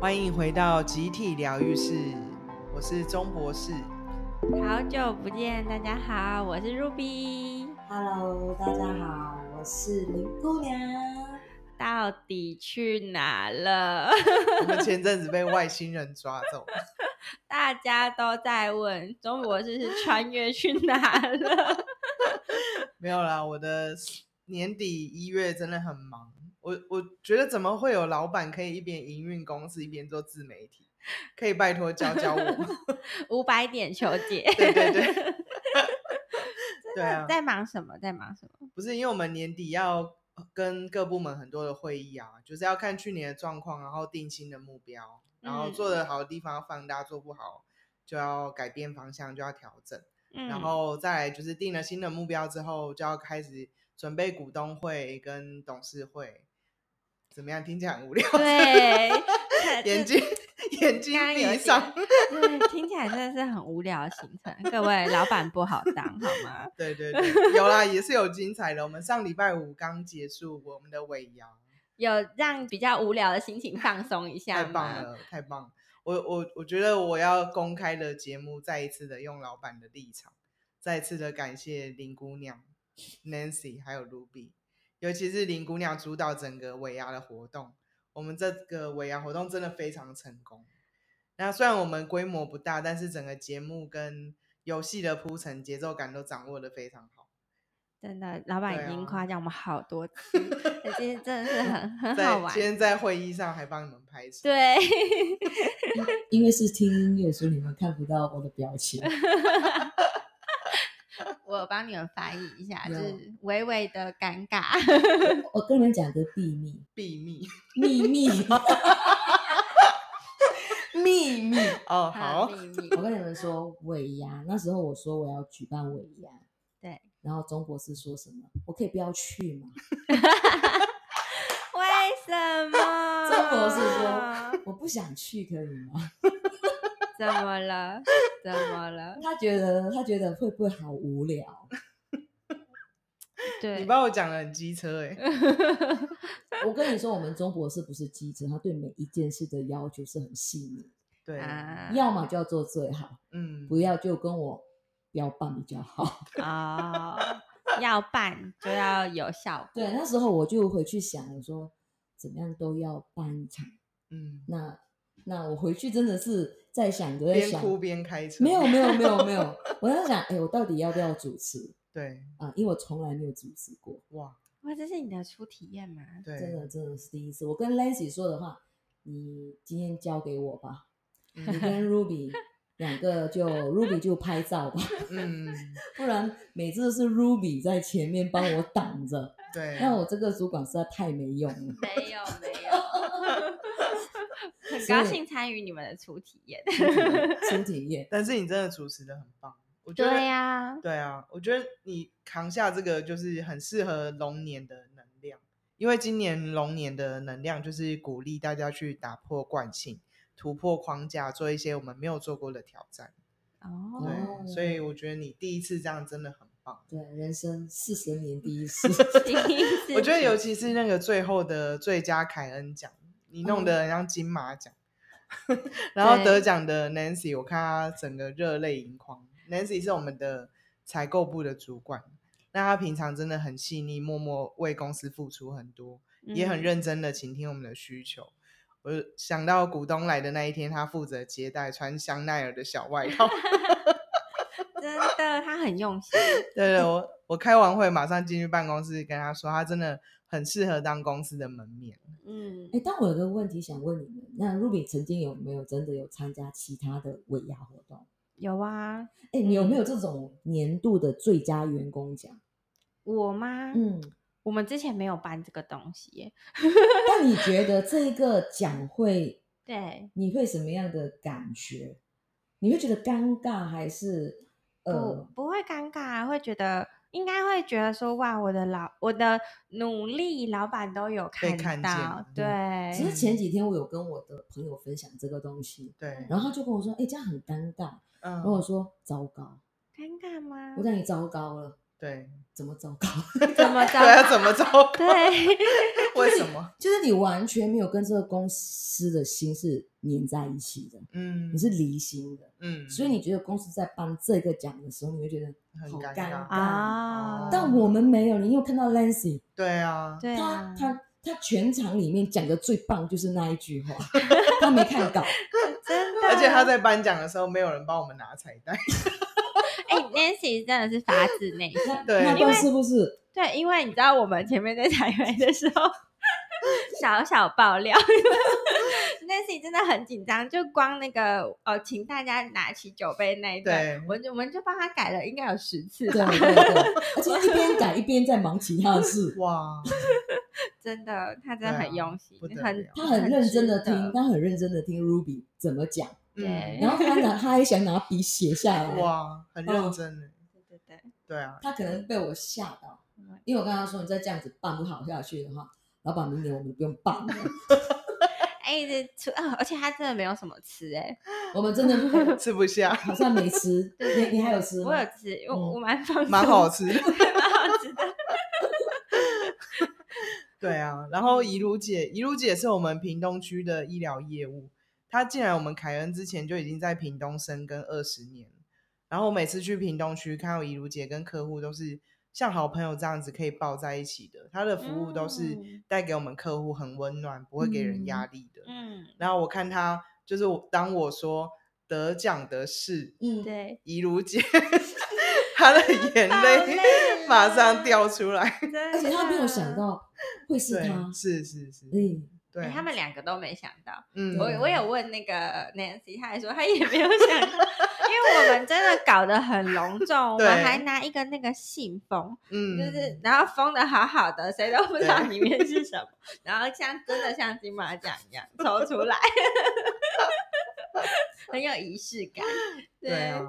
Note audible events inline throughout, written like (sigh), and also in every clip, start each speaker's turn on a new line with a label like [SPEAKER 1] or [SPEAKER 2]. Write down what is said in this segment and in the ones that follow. [SPEAKER 1] 欢迎回到集体疗愈室，我是钟博士。
[SPEAKER 2] 好久不见，大家好，我是 Ruby。
[SPEAKER 3] Hello，大家好，我是林姑娘。
[SPEAKER 2] 到底去哪了？ (laughs)
[SPEAKER 1] 我们前阵子被外星人抓走，
[SPEAKER 2] 大家都在问钟博士是穿越去哪了？
[SPEAKER 1] 没有啦，我的年底一月真的很忙。我我觉得怎么会有老板可以一边营运公司一边做自媒体？可以拜托教教我吗？
[SPEAKER 2] 五百点求解。
[SPEAKER 1] 对对对，对啊，
[SPEAKER 2] 在忙什么？在忙什么？
[SPEAKER 1] 不是因为我们年底要跟各部门很多的会议啊，就是要看去年的状况，然后定新的目标，然
[SPEAKER 2] 嗯
[SPEAKER 1] 后做的好的地方要放大，做不好就要改变方向，就要调整。
[SPEAKER 2] 嗯
[SPEAKER 1] 然后再来就是定了新的目标之后，就要开始准备股东会跟董事会。怎么样？听起来很
[SPEAKER 2] (laughs)
[SPEAKER 1] 无聊。 (laughs)
[SPEAKER 2] 对，
[SPEAKER 1] 眼睛眼睛
[SPEAKER 2] 刚刚有
[SPEAKER 1] 闭
[SPEAKER 2] 一
[SPEAKER 1] 上。
[SPEAKER 2] 对，听起来真的是很无聊的行程。各位老板不好当，好吗？
[SPEAKER 1] 对对对，有啦，也是有精彩的。我们上礼拜五刚结束我们的尾牙，
[SPEAKER 2] 有让比较无聊的心情放松一下
[SPEAKER 1] 太
[SPEAKER 2] 吗？
[SPEAKER 1] 棒了，太棒了！我我我觉得我要公开的节目再一次的用老板的立场，再一次的感谢林姑娘、Nancy 还有 Ruby，尤其是林姑娘主导整个尾牙的活动，我们这个尾牙活动真的非常成功。那虽然我们规模不大，但是整个节目跟游戏的铺陈、节奏感都掌握的非常好。
[SPEAKER 2] 真的，老板
[SPEAKER 1] 对
[SPEAKER 2] 已经
[SPEAKER 1] 啊
[SPEAKER 2] 夸奖我们好多次， (laughs) 今天真的是很 (laughs) 很好
[SPEAKER 1] 在
[SPEAKER 2] 玩
[SPEAKER 1] 今。天在会议上还帮你们拍摄，
[SPEAKER 2] 对， (laughs)
[SPEAKER 3] 因为是听音乐，所以你们看不到我的表情。 (laughs)
[SPEAKER 2] 我帮你们翻译一下，就
[SPEAKER 3] 有
[SPEAKER 2] 是微微的尴 (laughs) 尬。
[SPEAKER 3] 我跟你们讲个秘密，
[SPEAKER 2] (laughs)
[SPEAKER 1] 秘密
[SPEAKER 3] 秘 (laughs) 密，秘
[SPEAKER 2] (laughs)
[SPEAKER 3] 密。
[SPEAKER 1] 哦，好
[SPEAKER 2] 秘密
[SPEAKER 3] 我跟你们说，尾牙那时候我说我要举办尾牙，
[SPEAKER 2] 对。
[SPEAKER 3] 然后钟博士说什么？我可以不要去吗？
[SPEAKER 2] 为什 (laughs) 么？
[SPEAKER 3] 钟博士说我不想去，可以吗？
[SPEAKER 2] (laughs) 怎么了？怎么了？
[SPEAKER 3] 他觉得他觉得会不会好无聊？
[SPEAKER 1] 你
[SPEAKER 2] 对， (laughs)
[SPEAKER 1] 把我讲的很机车哎、
[SPEAKER 3] 我跟你说，我们钟博士不是机智，他对每一件事的要求是很细腻，
[SPEAKER 1] 对，
[SPEAKER 2] 啊
[SPEAKER 3] 要么就要做最好，
[SPEAKER 1] 嗯，
[SPEAKER 3] 不要就跟我标棒比较好。
[SPEAKER 2] 哦，要办就要有效果。
[SPEAKER 3] 对，那时候我就回去想，我说怎么样都要办一场。
[SPEAKER 1] 嗯，
[SPEAKER 3] 那那我回去真的是在想着在
[SPEAKER 1] 边
[SPEAKER 3] 想，
[SPEAKER 1] 哭边开车，
[SPEAKER 3] 没有没有没有没有，我在想，哎、我到底要不要主持
[SPEAKER 1] 对，
[SPEAKER 3] 啊、因为我从来没有主持过，
[SPEAKER 1] 哇，
[SPEAKER 2] 哇，这是你的初体验吗？
[SPEAKER 3] 真
[SPEAKER 1] 对，
[SPEAKER 3] 的真的是第一次。我跟 Lancy 说的话，你今天交给我
[SPEAKER 1] (laughs)
[SPEAKER 3] 吧，你
[SPEAKER 1] 嗯
[SPEAKER 3] 跟 Ruby 两个就 Ruby 就拍照吧，
[SPEAKER 1] 嗯，
[SPEAKER 3] 不然每次都是 Ruby 在前面帮我挡着，
[SPEAKER 1] 对，
[SPEAKER 3] 那我这个主管实在太没用了。
[SPEAKER 2] 没有没有， (laughs) 很高兴参与你们的初体验。
[SPEAKER 3] 初体验，
[SPEAKER 1] 但是你真的主持的很棒，我觉得，
[SPEAKER 2] 对呀、
[SPEAKER 1] 对啊，我觉得你扛下这个就是很适合龙年的能量，因为今年龙年的能量就是鼓励大家去打破惯性。突破框架，做一些我们没有做过的挑战，对，
[SPEAKER 2] 哦，
[SPEAKER 3] 哦
[SPEAKER 1] 所以我觉得你第一次这样真的很棒。
[SPEAKER 3] 对，人生四十年第一次， (laughs)
[SPEAKER 2] (laughs) 第一
[SPEAKER 1] (laughs)
[SPEAKER 2] 次
[SPEAKER 1] 我觉得尤其是那个最后的最佳凯恩奖，你弄得
[SPEAKER 3] 嗯
[SPEAKER 1] 很像金马奖， (laughs) 然后
[SPEAKER 2] 对
[SPEAKER 1] 得奖的 Nancy，我看她整个热泪盈眶。Nancy 是我们的采购部的主管，那她平常真的很细腻，默默为公司付出很多，也很
[SPEAKER 2] 嗯
[SPEAKER 1] 认真的倾听我们的需求。我想到股东来的那一天，她负责接待，穿香奈儿的小外套。 (laughs)
[SPEAKER 2] 嗯真的，他很用心。
[SPEAKER 1] 对对，我我开完会马上进去办公室跟她说，她真的很适合当公司的门面。
[SPEAKER 2] 嗯
[SPEAKER 3] 哎，，但我有个问题想问你们，那 Ruby 曾经有没有真的有参加其他的尾牙活动？
[SPEAKER 2] 有啊，
[SPEAKER 3] 哎，你有没有这种年度的最佳员工奖？
[SPEAKER 2] 我吗？
[SPEAKER 3] 嗯， (laughs)
[SPEAKER 2] 我们之前没有搬这个东西耶。
[SPEAKER 3] 但你觉得这个奖会，
[SPEAKER 2] 对，
[SPEAKER 3] 你会什么样的感觉？你会觉得尴尬还是
[SPEAKER 2] 不
[SPEAKER 1] 嗯
[SPEAKER 3] 呃，
[SPEAKER 2] 不会尴尬，啊会觉得应该会觉得说哇，我的老我的努力，老板都有
[SPEAKER 1] 被看见
[SPEAKER 2] 到
[SPEAKER 1] 了。嗯
[SPEAKER 2] 对，
[SPEAKER 3] 其实前几天我有跟我的朋友分享这个东西，
[SPEAKER 1] 对，
[SPEAKER 3] 然后他就跟我说，哎，这样很尴尬。
[SPEAKER 1] 嗯
[SPEAKER 3] 然后我说，糟糕，
[SPEAKER 2] 尴尬吗
[SPEAKER 3] 我？让你糟糕了。
[SPEAKER 1] 对，
[SPEAKER 3] 怎么糟糕？
[SPEAKER 2] 怎么
[SPEAKER 1] 对啊，
[SPEAKER 2] 着？
[SPEAKER 1] 怎
[SPEAKER 3] (laughs)
[SPEAKER 1] 么糟糕？
[SPEAKER 2] 对，
[SPEAKER 1] (laughs) 为什么？
[SPEAKER 3] 就是你完全没有跟这个公司的心是粘在一起的，
[SPEAKER 1] 嗯，
[SPEAKER 3] 你是离心的，
[SPEAKER 1] 嗯，
[SPEAKER 3] 所以你觉得公司在颁这个奖的时候，你会觉得
[SPEAKER 1] 很
[SPEAKER 3] 好
[SPEAKER 1] 尴
[SPEAKER 3] 尴
[SPEAKER 1] 尬
[SPEAKER 2] 啊，
[SPEAKER 3] 但我们没有，你有看到 Lancy，
[SPEAKER 1] 对啊，
[SPEAKER 2] 对
[SPEAKER 3] 他
[SPEAKER 2] 啊，
[SPEAKER 3] 他他全场里面讲的最棒就是那一句话， (laughs) 他没看稿，
[SPEAKER 2] 真的，
[SPEAKER 1] 而且
[SPEAKER 3] 啊
[SPEAKER 1] 他在颁奖的时候，没有人帮我们拿彩带。 (laughs)
[SPEAKER 2] 哎、n a n c y 真的是发自内心。
[SPEAKER 3] 那
[SPEAKER 1] 对
[SPEAKER 3] 那
[SPEAKER 1] 因
[SPEAKER 3] 段
[SPEAKER 1] 为
[SPEAKER 3] 是
[SPEAKER 2] (laughs)
[SPEAKER 3] 不是？
[SPEAKER 2] 对，因为你知道我们前面在彩排的时
[SPEAKER 3] (laughs)
[SPEAKER 2] 候，小小爆料 (laughs) ，Nancy 真的很紧张，就光那个呃，请大家拿起酒杯那一段
[SPEAKER 1] 对，
[SPEAKER 2] 我就我们就帮他改了，应该有十次
[SPEAKER 3] 对
[SPEAKER 2] 吧，
[SPEAKER 3] 对对，而且一边改一边在忙其他
[SPEAKER 2] (laughs)
[SPEAKER 3] 的事， (laughs)
[SPEAKER 1] 哇，
[SPEAKER 2] 真的，他真的
[SPEAKER 1] 对啊
[SPEAKER 2] 很用心
[SPEAKER 1] 不，得
[SPEAKER 2] 很
[SPEAKER 1] 了
[SPEAKER 3] 他很认真的
[SPEAKER 2] 值得
[SPEAKER 3] 听，他很认真的听 Ruby 怎么讲，
[SPEAKER 1] 嗯，
[SPEAKER 3] 然后他拿他还想拿笔写下来，
[SPEAKER 1] 哇，
[SPEAKER 3] 嗯
[SPEAKER 1] 很认真耶。
[SPEAKER 2] 对对对，
[SPEAKER 1] 对啊，
[SPEAKER 3] 他可能被我吓到，
[SPEAKER 2] 嗯
[SPEAKER 3] 因为我跟他说，你再这样子办不好下去的话，老板明年我们不用办了，
[SPEAKER 2] 哎、这除啊，而且他真的没有什么吃、哎，
[SPEAKER 3] 我们
[SPEAKER 2] (laughs)
[SPEAKER 3] 真的
[SPEAKER 1] 吃不下，
[SPEAKER 3] 好像没吃，你你还有吃
[SPEAKER 2] 我
[SPEAKER 3] 吗嗯
[SPEAKER 2] 有？吃，我我蛮放松，
[SPEAKER 1] 蛮好，吃。
[SPEAKER 2] (laughs) 蛮好吃的， (laughs)
[SPEAKER 1] 对啊，然后怡如姐，怡如姐是我们屏东区的医疗业务，她进来我们凯恩之前就已经在屏东生根二十年了。然后我每次去屏东区看到怡如姐跟客户都是像好朋友这样子可以抱在一起的，她的服务都是
[SPEAKER 2] 嗯
[SPEAKER 1] 带给我们客户很温暖，不会给人压力的。
[SPEAKER 2] 嗯，
[SPEAKER 1] 然后我看她就是我当我说得奖的是
[SPEAKER 3] 嗯，
[SPEAKER 2] 对，
[SPEAKER 1] 怡如 (laughs) 姐，她的眼泪
[SPEAKER 2] 泪
[SPEAKER 1] 马上掉出来。
[SPEAKER 2] 真的，
[SPEAKER 3] 而且他没有想到会是
[SPEAKER 1] 对
[SPEAKER 3] 他，， (laughs)
[SPEAKER 1] 是是是，
[SPEAKER 3] 嗯，
[SPEAKER 1] 对
[SPEAKER 2] 哎，他们两个都没想到。
[SPEAKER 1] 嗯
[SPEAKER 2] 我我有问那个 Nancy，她还说她也没有想到，因为我们真的搞得很隆重，我
[SPEAKER 1] 对
[SPEAKER 2] 们还拿一个那个信封，
[SPEAKER 1] 嗯，
[SPEAKER 2] 就是然后封的好好的，谁都不知道里面是什么，然后像真的像金马奖一样抽出来， (laughs) 很有仪式感。
[SPEAKER 1] 对啊，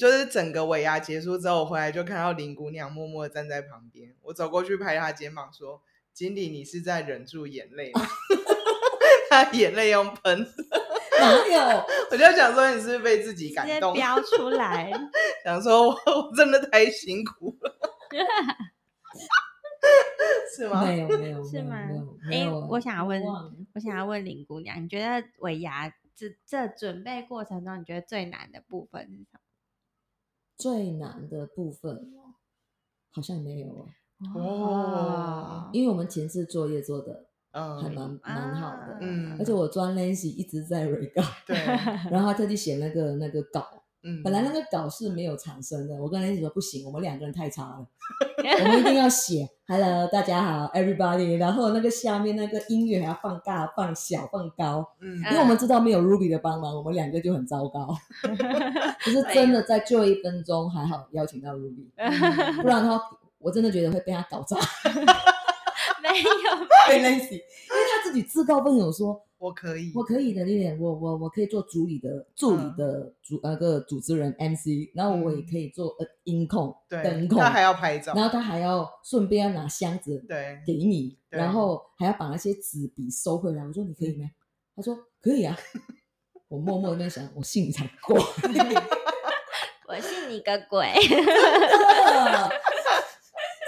[SPEAKER 1] 就是整个尾牙结束之后，我回来就看到林姑娘默默地站在旁边，我走过去拍她肩膀说：“经理，你是在忍住眼泪吗？” (laughs) 她眼泪用喷， (laughs)
[SPEAKER 3] 哪有？
[SPEAKER 1] 我就想说你是不是被自己
[SPEAKER 2] 直接
[SPEAKER 1] 感动，
[SPEAKER 2] 标出来，
[SPEAKER 1] 想说 (laughs) 我我真的太辛苦了，
[SPEAKER 2] (laughs)
[SPEAKER 1] 是吗？
[SPEAKER 3] 没有没有
[SPEAKER 2] 是吗
[SPEAKER 3] 没有
[SPEAKER 2] 哎
[SPEAKER 3] 没有，
[SPEAKER 2] 我想问
[SPEAKER 3] 忘了
[SPEAKER 2] 我想要问林姑娘，你觉得尾牙这这准备过程中，你觉得最难的部分是什么？
[SPEAKER 3] 最难的部分哦好像没有啊，
[SPEAKER 1] 哦
[SPEAKER 3] 因为我们前置作业做的还
[SPEAKER 1] 嗯
[SPEAKER 3] 蛮蛮好
[SPEAKER 2] 哦啊
[SPEAKER 3] 的，
[SPEAKER 1] 嗯
[SPEAKER 3] 而且我专 Lancy 一直在 re 稿，
[SPEAKER 1] 对，
[SPEAKER 3] 然后他特地写那个那个稿，
[SPEAKER 1] 嗯，
[SPEAKER 3] 本来那个稿是没有产生的，我跟 Lancy 说不行，我们两个人太差了。我们一定要写 “Hello，大家好，Everybody”，然后那个下面那个音乐还要放大、放小、放高，
[SPEAKER 1] 嗯 (laughs)
[SPEAKER 3] 因为我们知道没有 Ruby 的帮忙，我们两个就很糟糕。可
[SPEAKER 1] 哎
[SPEAKER 3] 是真的在最后一分钟还好邀请到
[SPEAKER 1] (laughs)
[SPEAKER 3] Ruby，不
[SPEAKER 1] 嗯
[SPEAKER 3] 然的话我真的觉得会被他搞砸，
[SPEAKER 2] (laughs) 没有， (laughs)
[SPEAKER 3] 被 Lancy，因为他自己自告奋勇说
[SPEAKER 1] 我可以，
[SPEAKER 3] 我可以的，丽莲，我我我可以做主理的助
[SPEAKER 1] 嗯
[SPEAKER 3] 理的主那个主持人 MC，然后我也可以做呃音控、
[SPEAKER 1] 对
[SPEAKER 3] 灯，控，
[SPEAKER 1] 他还要拍照
[SPEAKER 3] 然，后他还要顺便要拿箱子
[SPEAKER 1] 对，
[SPEAKER 3] 给你，
[SPEAKER 1] 对嗯
[SPEAKER 3] 然后还要把那些纸笔收回来。我说你可以没？他说可以啊。 (laughs) 我默默在那边想，我信你才怪。
[SPEAKER 1] (laughs)
[SPEAKER 2] 我信你个鬼！
[SPEAKER 3] (laughs)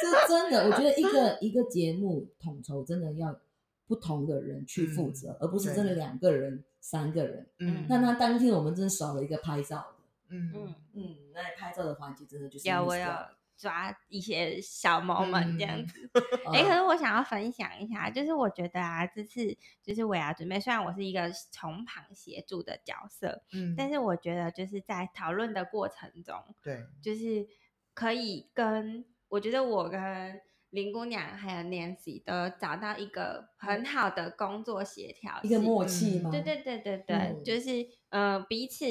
[SPEAKER 3] 这真的，我觉得一个一个节目统筹真的要不同的人去负责，而不是真的
[SPEAKER 1] 嗯对
[SPEAKER 3] 两个人、三个人。
[SPEAKER 1] 嗯，
[SPEAKER 3] 那那当天我们真的少了一个拍照的，
[SPEAKER 1] 嗯
[SPEAKER 2] 嗯，
[SPEAKER 3] 嗯，那拍照的环节真的就是
[SPEAKER 2] 有
[SPEAKER 3] miss
[SPEAKER 2] 我有
[SPEAKER 3] 掉
[SPEAKER 2] 抓一些小 moment 这样
[SPEAKER 1] 啊嗯
[SPEAKER 2] 子。
[SPEAKER 3] 呃
[SPEAKER 2] 哎、可是我想要分享一下，就是我觉得啊，这次就是尾牙准备，虽然我是一个从旁协助的角色，
[SPEAKER 1] 嗯，
[SPEAKER 2] 但是我觉得就是在讨论的过程中，
[SPEAKER 1] 对，
[SPEAKER 2] 就是可以跟我觉得我跟林姑娘还有 Nancy 都找到一个很好的工作协调
[SPEAKER 3] 一个
[SPEAKER 2] 是
[SPEAKER 3] 默契
[SPEAKER 1] 嗯
[SPEAKER 3] 嘛，
[SPEAKER 2] 对对对对对，
[SPEAKER 3] 嗯
[SPEAKER 2] 就是呃彼此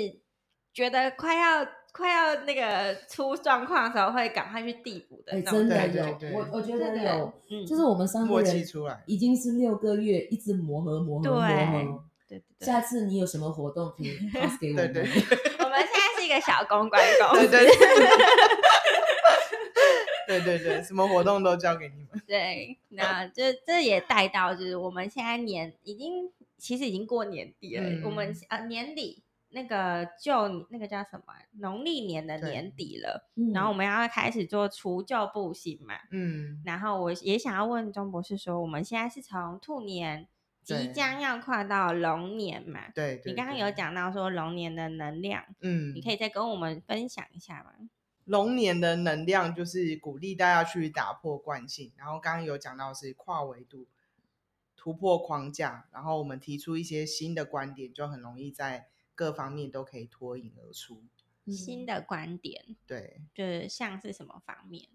[SPEAKER 2] 觉得快要快要那个出状况的时候，会赶快去递补的
[SPEAKER 3] 哎，
[SPEAKER 2] 那种
[SPEAKER 3] 真
[SPEAKER 2] 感
[SPEAKER 3] 的
[SPEAKER 1] 对
[SPEAKER 2] 觉。
[SPEAKER 1] 对
[SPEAKER 3] 有
[SPEAKER 1] 对，
[SPEAKER 3] 我我觉
[SPEAKER 2] 真
[SPEAKER 3] 得
[SPEAKER 2] 的
[SPEAKER 3] 有，
[SPEAKER 2] 嗯，
[SPEAKER 3] 就是我们三个
[SPEAKER 1] 默
[SPEAKER 3] 人
[SPEAKER 1] 契出来，
[SPEAKER 3] 已经是六个月一直磨合磨合磨合。
[SPEAKER 2] 对对对，
[SPEAKER 3] 下次你有什么活动可以 pass 给我
[SPEAKER 1] 对
[SPEAKER 3] 们？
[SPEAKER 1] 对。
[SPEAKER 2] 我们现在是一个小公关公
[SPEAKER 1] 对
[SPEAKER 2] 司，
[SPEAKER 1] 对对，对对对，什么活动都交给你们。
[SPEAKER 2] 对，那这这也带到就是我们现在年已经其实已经过年底了，我们
[SPEAKER 1] 嗯
[SPEAKER 2] 呃年底那个旧那个叫什么啊农历年的
[SPEAKER 1] 对
[SPEAKER 2] 年底了，
[SPEAKER 3] 嗯
[SPEAKER 2] 然后我们要开始做除旧布新嘛。
[SPEAKER 1] 嗯，
[SPEAKER 2] 然后我也想要问钟博士说，我们现在是从兔年即
[SPEAKER 1] 对
[SPEAKER 2] 将要跨到龙年嘛？
[SPEAKER 1] 对对。
[SPEAKER 2] 你刚刚
[SPEAKER 1] 对
[SPEAKER 2] 有，讲到说龙年的能量，
[SPEAKER 1] 嗯，
[SPEAKER 2] 你可以再跟我们分享一下吗？
[SPEAKER 1] 龙年的能量就是鼓励大家去打破惯性，然后刚刚有讲到是跨维度突破框架，然后我们提出一些新的观点，就很容易在各方面都可以脱颖而出。
[SPEAKER 3] 嗯
[SPEAKER 2] 新的观点，
[SPEAKER 1] 对，
[SPEAKER 2] 就是像是什么方面？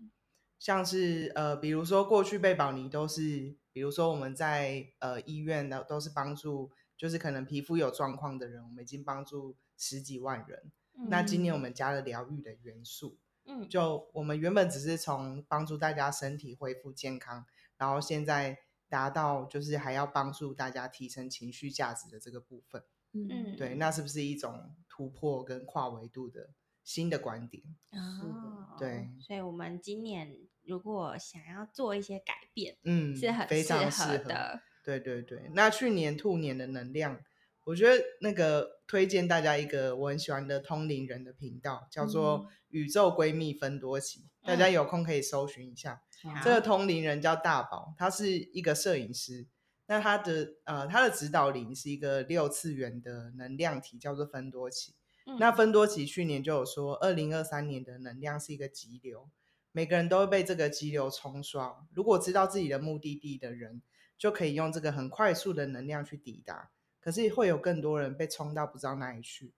[SPEAKER 1] 像是呃，比如说过去贝宝妮都是，比如说我们在呃医院的都是帮助，就是可能皮肤有状况的人，我们已经帮助十几万人。那今年我们加了疗愈的元素，
[SPEAKER 2] 嗯，
[SPEAKER 1] 就我们原本只是从帮助大家身体恢复健康，然后现在达到就是还要帮助大家提升情绪价值的这个部分。
[SPEAKER 2] 嗯
[SPEAKER 1] 对，那是不是一种突破跟跨维度的新的观点？
[SPEAKER 3] 是的
[SPEAKER 2] 哦
[SPEAKER 1] 对
[SPEAKER 2] 所以我们今年如果想要做一些改变，
[SPEAKER 1] 嗯，
[SPEAKER 2] 是很
[SPEAKER 1] 非常适
[SPEAKER 2] 合的。
[SPEAKER 1] 对对对，那去年兔年的能量，我觉得那个推荐大家一个我很喜欢的通灵人的频道，叫做
[SPEAKER 3] 嗯
[SPEAKER 1] “宇宙闺蜜分多奇”，大家有空可以搜寻一下。
[SPEAKER 3] 好
[SPEAKER 1] 这个同龄人叫大宝，他是一个摄影师。那他的呃，他的指导灵是一个六次元的能量体，叫做芬多奇。
[SPEAKER 2] 嗯
[SPEAKER 1] 那芬多奇去年就有说，二零二三年的能量是一个急流，每个人都会被这个急流冲刷。如果知道自己的目的地的人，就可以用这个很快速的能量去抵达。可是会有更多人被冲到不知道哪里去。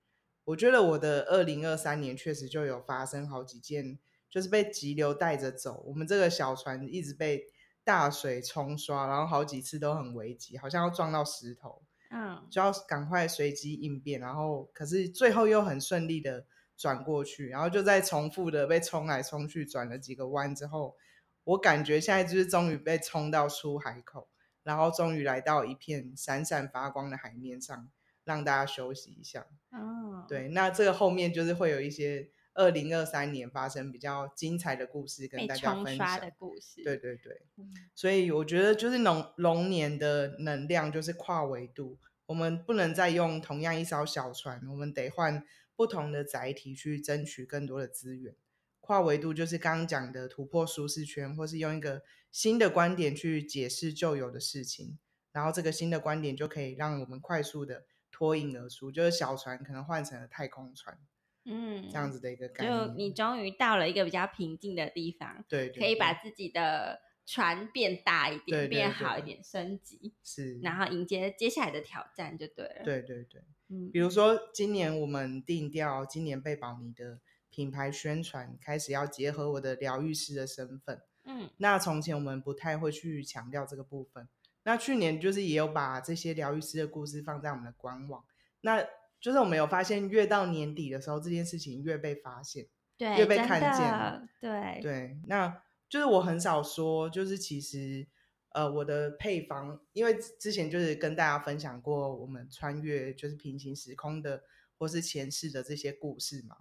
[SPEAKER 1] 我觉得我的二零二三年确实就有发生好几件，就是被急流带着走，我们这个小船一直被大水冲刷，然后好几次都很危急，好像要撞到石头，
[SPEAKER 2] 嗯
[SPEAKER 1] 就要赶快随机应变，然后可是最后又很顺利的转过去，然后就在重复的被冲来冲去，转了几个弯之后，我感觉现在就是终于被冲到出海口，然后终于来到一片闪闪发光的海面上，让大家休息一下。
[SPEAKER 2] 哦，
[SPEAKER 1] 对，那这个后面就是会有一些二零二三年发生比较精彩的故事跟
[SPEAKER 2] 被
[SPEAKER 1] 大家
[SPEAKER 2] 冲
[SPEAKER 1] 分
[SPEAKER 2] 刷
[SPEAKER 1] 享。
[SPEAKER 2] 的故事，
[SPEAKER 1] 对，对对，
[SPEAKER 3] 嗯
[SPEAKER 1] 所以我觉得就是龙龙年的能量就是跨维度，我们不能再用同样一艘小船，我们得换不同的载体去争取更多的资源。跨维度就是刚刚讲的突破舒适圈，或是用一个新的观点去解释旧有的事情，然后这个新的观点就可以让我们快速的脱颖而出，就是小船可能换成了太空船
[SPEAKER 2] 嗯，
[SPEAKER 1] 这样子的一个概念。
[SPEAKER 2] 就你终于到了一个比较平静的地方，
[SPEAKER 1] 对对
[SPEAKER 2] 可以把
[SPEAKER 1] 对
[SPEAKER 2] 自己的船变大一点，
[SPEAKER 1] 对对
[SPEAKER 2] 变
[SPEAKER 1] 对
[SPEAKER 2] 好一点，升级，
[SPEAKER 1] 是，
[SPEAKER 2] 然后迎接接下来的挑战就对了。，
[SPEAKER 1] 对对对。
[SPEAKER 2] 嗯
[SPEAKER 1] 比如说，今年我们定调，今年贝宝妮的品牌宣传开始要结合我的疗愈师的身份。
[SPEAKER 2] 嗯
[SPEAKER 1] 那从前我们不太会去强调这个部分。那去年就是也有把这些疗愈师的故事放在我们的官网。那就是我们有发现，越到年底的时候，这件事情越被发现。
[SPEAKER 2] 对，
[SPEAKER 1] 越被
[SPEAKER 2] 真
[SPEAKER 1] 看见
[SPEAKER 2] 的
[SPEAKER 1] 了
[SPEAKER 2] 对，
[SPEAKER 1] 对，那就是我很少说，就是其实呃，我的配方，因为之之前就是跟大家分享过我们穿越就是平行时空的或是前世的这些故事嘛。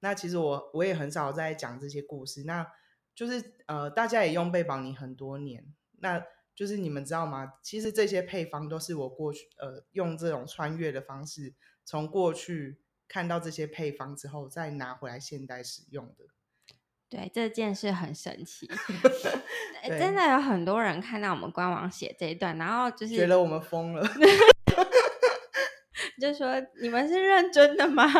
[SPEAKER 1] 那其实我我也很少在讲这些故事，那就是呃，大家也用贝宝妮很多年，那就是你们知道吗？其实这些配方都是我过去呃用这种穿越的方式，从过去看到这些配方之后，再拿回来现代使用的。
[SPEAKER 2] 对这件事很神
[SPEAKER 1] (laughs)
[SPEAKER 2] 奇，哎
[SPEAKER 1] 对
[SPEAKER 2] 真的有很多人看到我们官网写这一段，然后就是
[SPEAKER 1] 觉得我们疯了。
[SPEAKER 2] 就说你们是认真的吗？ (laughs)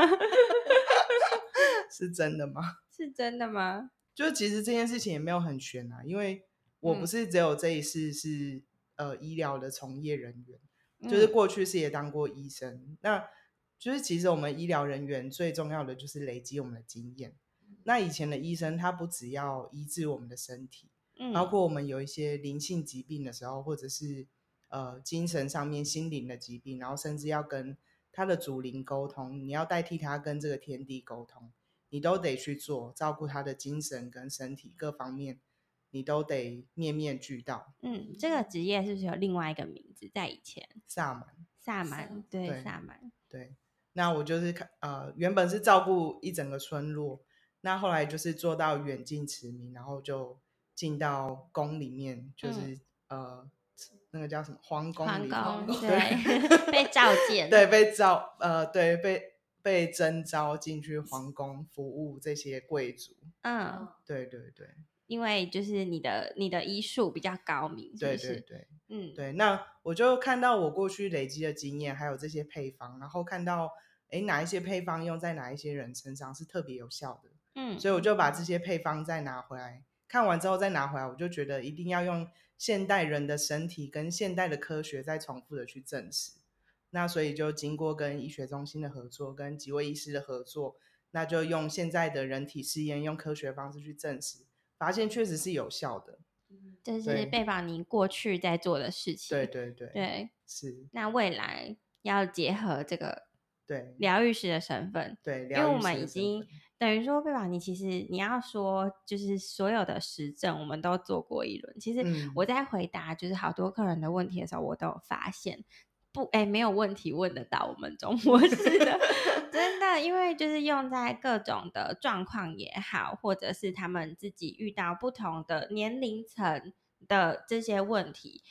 [SPEAKER 1] 是真的吗？ (laughs)
[SPEAKER 2] 是真的吗？
[SPEAKER 1] 就其实这件事情也没有很悬啊，因为我不
[SPEAKER 2] 嗯
[SPEAKER 1] 是只有这一世是、呃医疗的从业人员，就是
[SPEAKER 2] 嗯
[SPEAKER 1] 过去是也当过医生。那就是其实我们医疗人员最重要的就是累积我们的经验。
[SPEAKER 2] 嗯
[SPEAKER 1] 那以前的医生他不只要医治我们的身体，
[SPEAKER 2] 嗯，
[SPEAKER 1] 包括我们有一些灵性疾病的时候，或者是呃精神上面心灵的疾病，然后甚至要跟他的祖灵沟通，你要代替他跟这个天地沟通，你都得去做，照顾他的精神跟身体各方面，你都得面面俱到。
[SPEAKER 2] 嗯，这个职业是不是有另外一个名字？在以前，
[SPEAKER 1] 萨满
[SPEAKER 2] 萨
[SPEAKER 3] 萨
[SPEAKER 2] 满对
[SPEAKER 1] 对
[SPEAKER 2] 萨满，
[SPEAKER 1] 对，那我就是看呃原本是照顾一整个村落，那后来就是做到远近驰名，然后就进到宫里面，就是、呃那个叫什么皇宫
[SPEAKER 2] 皇
[SPEAKER 1] 里 (laughs)
[SPEAKER 2] 宫
[SPEAKER 3] 宫
[SPEAKER 2] 对被召见，
[SPEAKER 1] 对，被召呃，对，被被征召进去皇宫服务这些贵族。
[SPEAKER 2] 嗯，
[SPEAKER 1] 对对对
[SPEAKER 2] 因为就是你的你的医术比较高明，是
[SPEAKER 1] 对
[SPEAKER 2] 不
[SPEAKER 1] 对
[SPEAKER 2] 是？
[SPEAKER 1] 对
[SPEAKER 2] 嗯，
[SPEAKER 1] 对。那我就看到我过去累积的经验，还有这些配方，然后看到诶哪一些配方用在哪一些人身上是特别有效的，
[SPEAKER 2] 嗯，
[SPEAKER 1] 所以我就把这些配方再拿回来，看完之后再拿回来，我就觉得一定要用现代人的身体跟现代的科学再重复的去证实。那所以就经过跟医学中心的合作，跟几位医师的合作，那就用现在的人体试验，用科学方式去证实，发现确实是有效的。
[SPEAKER 2] 这
[SPEAKER 1] 对
[SPEAKER 2] 是贝宝您过去在做的事情。
[SPEAKER 1] 对对对，
[SPEAKER 2] 对
[SPEAKER 1] 是，
[SPEAKER 2] 那未来要结合这个
[SPEAKER 1] 对
[SPEAKER 2] 疗愈师的身份，
[SPEAKER 1] 对，
[SPEAKER 2] 因
[SPEAKER 1] 因
[SPEAKER 2] 为我们已经等于说贝宝，你其实你要说就是所有的实证我们都做过一轮。其实
[SPEAKER 1] 嗯
[SPEAKER 2] 我在回答就是好多客人的问题的时候，我都有发现。不，哎，没有问题问得到我们中国式的，真的，因为就是用在各种的状况也好，或者是他们自己遇到不同的年龄层的这些问题，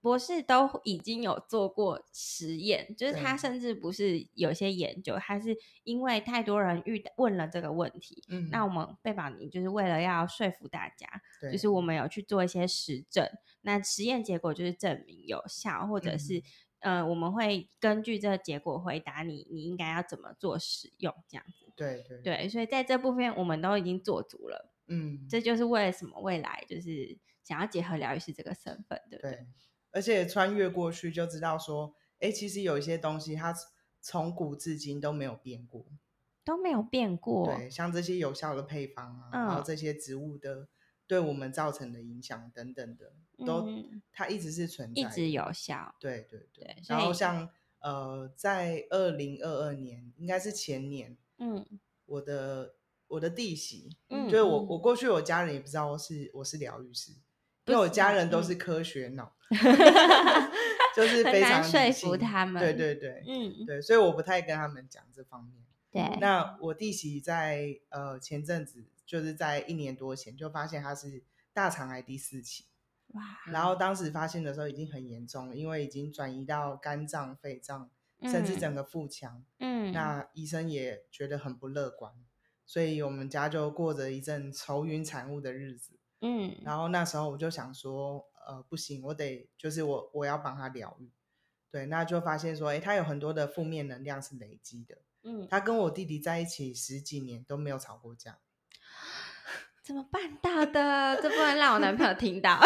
[SPEAKER 2] 博士都已经有做过实验，就是他
[SPEAKER 1] 对
[SPEAKER 2] 甚至不是有些研究，他是因为太多人遇到问了这个问题。
[SPEAKER 1] 嗯，
[SPEAKER 2] 那我们贝宝尼就是为了要说服大家，
[SPEAKER 1] 对
[SPEAKER 2] 就是我们有去做一些实证，那实验结果就是证明有效，或者是、
[SPEAKER 1] 嗯
[SPEAKER 2] 呃，我们会根据这个结果回答你，你应该要怎么做使用这样子。
[SPEAKER 1] 对对，
[SPEAKER 2] 对，所以在这部分我们都已经做足了，
[SPEAKER 1] 嗯，
[SPEAKER 2] 这就是为了什么未来就是想要结合疗愈师这个身份，对不对？
[SPEAKER 1] 对，而且穿越过去就知道说，哎，其实有一些东西它从古至今都没有变过。
[SPEAKER 2] 都没有变过。
[SPEAKER 1] 对，像这些有效的配方啊，然后
[SPEAKER 2] 嗯
[SPEAKER 1] 这些植物的对我们造成的影响等等的，都、
[SPEAKER 2] 嗯
[SPEAKER 1] 它一直是存在
[SPEAKER 2] 一
[SPEAKER 1] 的，
[SPEAKER 2] 直有效。
[SPEAKER 1] 对对对。
[SPEAKER 2] 对所
[SPEAKER 1] 然后
[SPEAKER 2] 以
[SPEAKER 1] 像呃，在二零二二年，应该是前年， (laughs)
[SPEAKER 2] 嗯
[SPEAKER 1] 我的我的弟媳，
[SPEAKER 2] 嗯
[SPEAKER 1] 就是我
[SPEAKER 3] 嗯
[SPEAKER 1] 我过去我家人也不知道我是我是疗愈师，因为
[SPEAKER 2] 不
[SPEAKER 1] 我
[SPEAKER 2] 知
[SPEAKER 1] 家
[SPEAKER 2] 道
[SPEAKER 1] 人都
[SPEAKER 2] 嗯
[SPEAKER 1] 是科学脑，就是
[SPEAKER 2] 很
[SPEAKER 1] 非
[SPEAKER 2] 难
[SPEAKER 1] 常
[SPEAKER 2] 说
[SPEAKER 1] 理
[SPEAKER 2] 服
[SPEAKER 1] 性
[SPEAKER 2] 他
[SPEAKER 1] 对
[SPEAKER 2] 们
[SPEAKER 1] 对对
[SPEAKER 2] 嗯，
[SPEAKER 1] 对，所以我不太跟他们讲这方面。
[SPEAKER 2] 对，
[SPEAKER 1] 那我弟媳在呃前阵子，就是在一年多前就发现她是大肠癌第四期，
[SPEAKER 2] 哇，
[SPEAKER 1] 然后当时发现的时候已经很严重了，因为已经转移到肝脏、肺脏，甚至
[SPEAKER 2] 嗯
[SPEAKER 1] 整个腹腔。
[SPEAKER 2] 嗯，
[SPEAKER 1] 那医生也觉得很不乐观，所以我们家就过着一阵愁云惨雾的日子。
[SPEAKER 2] 嗯，
[SPEAKER 1] 然后那时候我就想说，呃，不行，我得就是我我要帮他疗愈。对，那就发现说，诶，他有很多的负面能量是累积的。
[SPEAKER 2] 嗯，
[SPEAKER 1] 他跟我弟弟在一起十几年都没有吵过架，
[SPEAKER 2] 怎么办到的？这不能让我男朋友听到。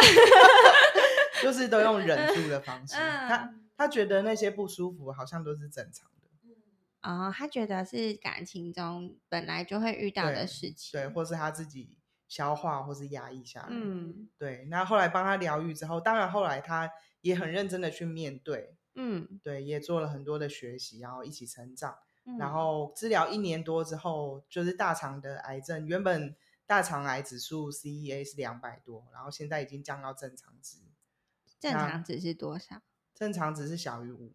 [SPEAKER 1] 就是都用忍住的方式。他
[SPEAKER 2] 嗯，
[SPEAKER 1] 他觉得那些不舒服好像都是正常的，
[SPEAKER 2] 哦，他觉得是感情中本来就会遇到的
[SPEAKER 1] 对
[SPEAKER 2] 事情。
[SPEAKER 1] 对，或是他自己消化或是压抑下来。
[SPEAKER 2] 嗯
[SPEAKER 1] 对。那后来帮他疗愈之后，当然后来他也很认真的去面对，
[SPEAKER 2] 嗯
[SPEAKER 1] 对，也做了很多的学习，然后一起成长。
[SPEAKER 2] 嗯，
[SPEAKER 1] 然后治疗一年多之后，就是大肠的癌症，原本大肠癌指数 CEA 是两百多，然后现在已经降到正常值，
[SPEAKER 2] 正
[SPEAKER 1] 那
[SPEAKER 2] 常值是多少？
[SPEAKER 1] 正常值是小于五，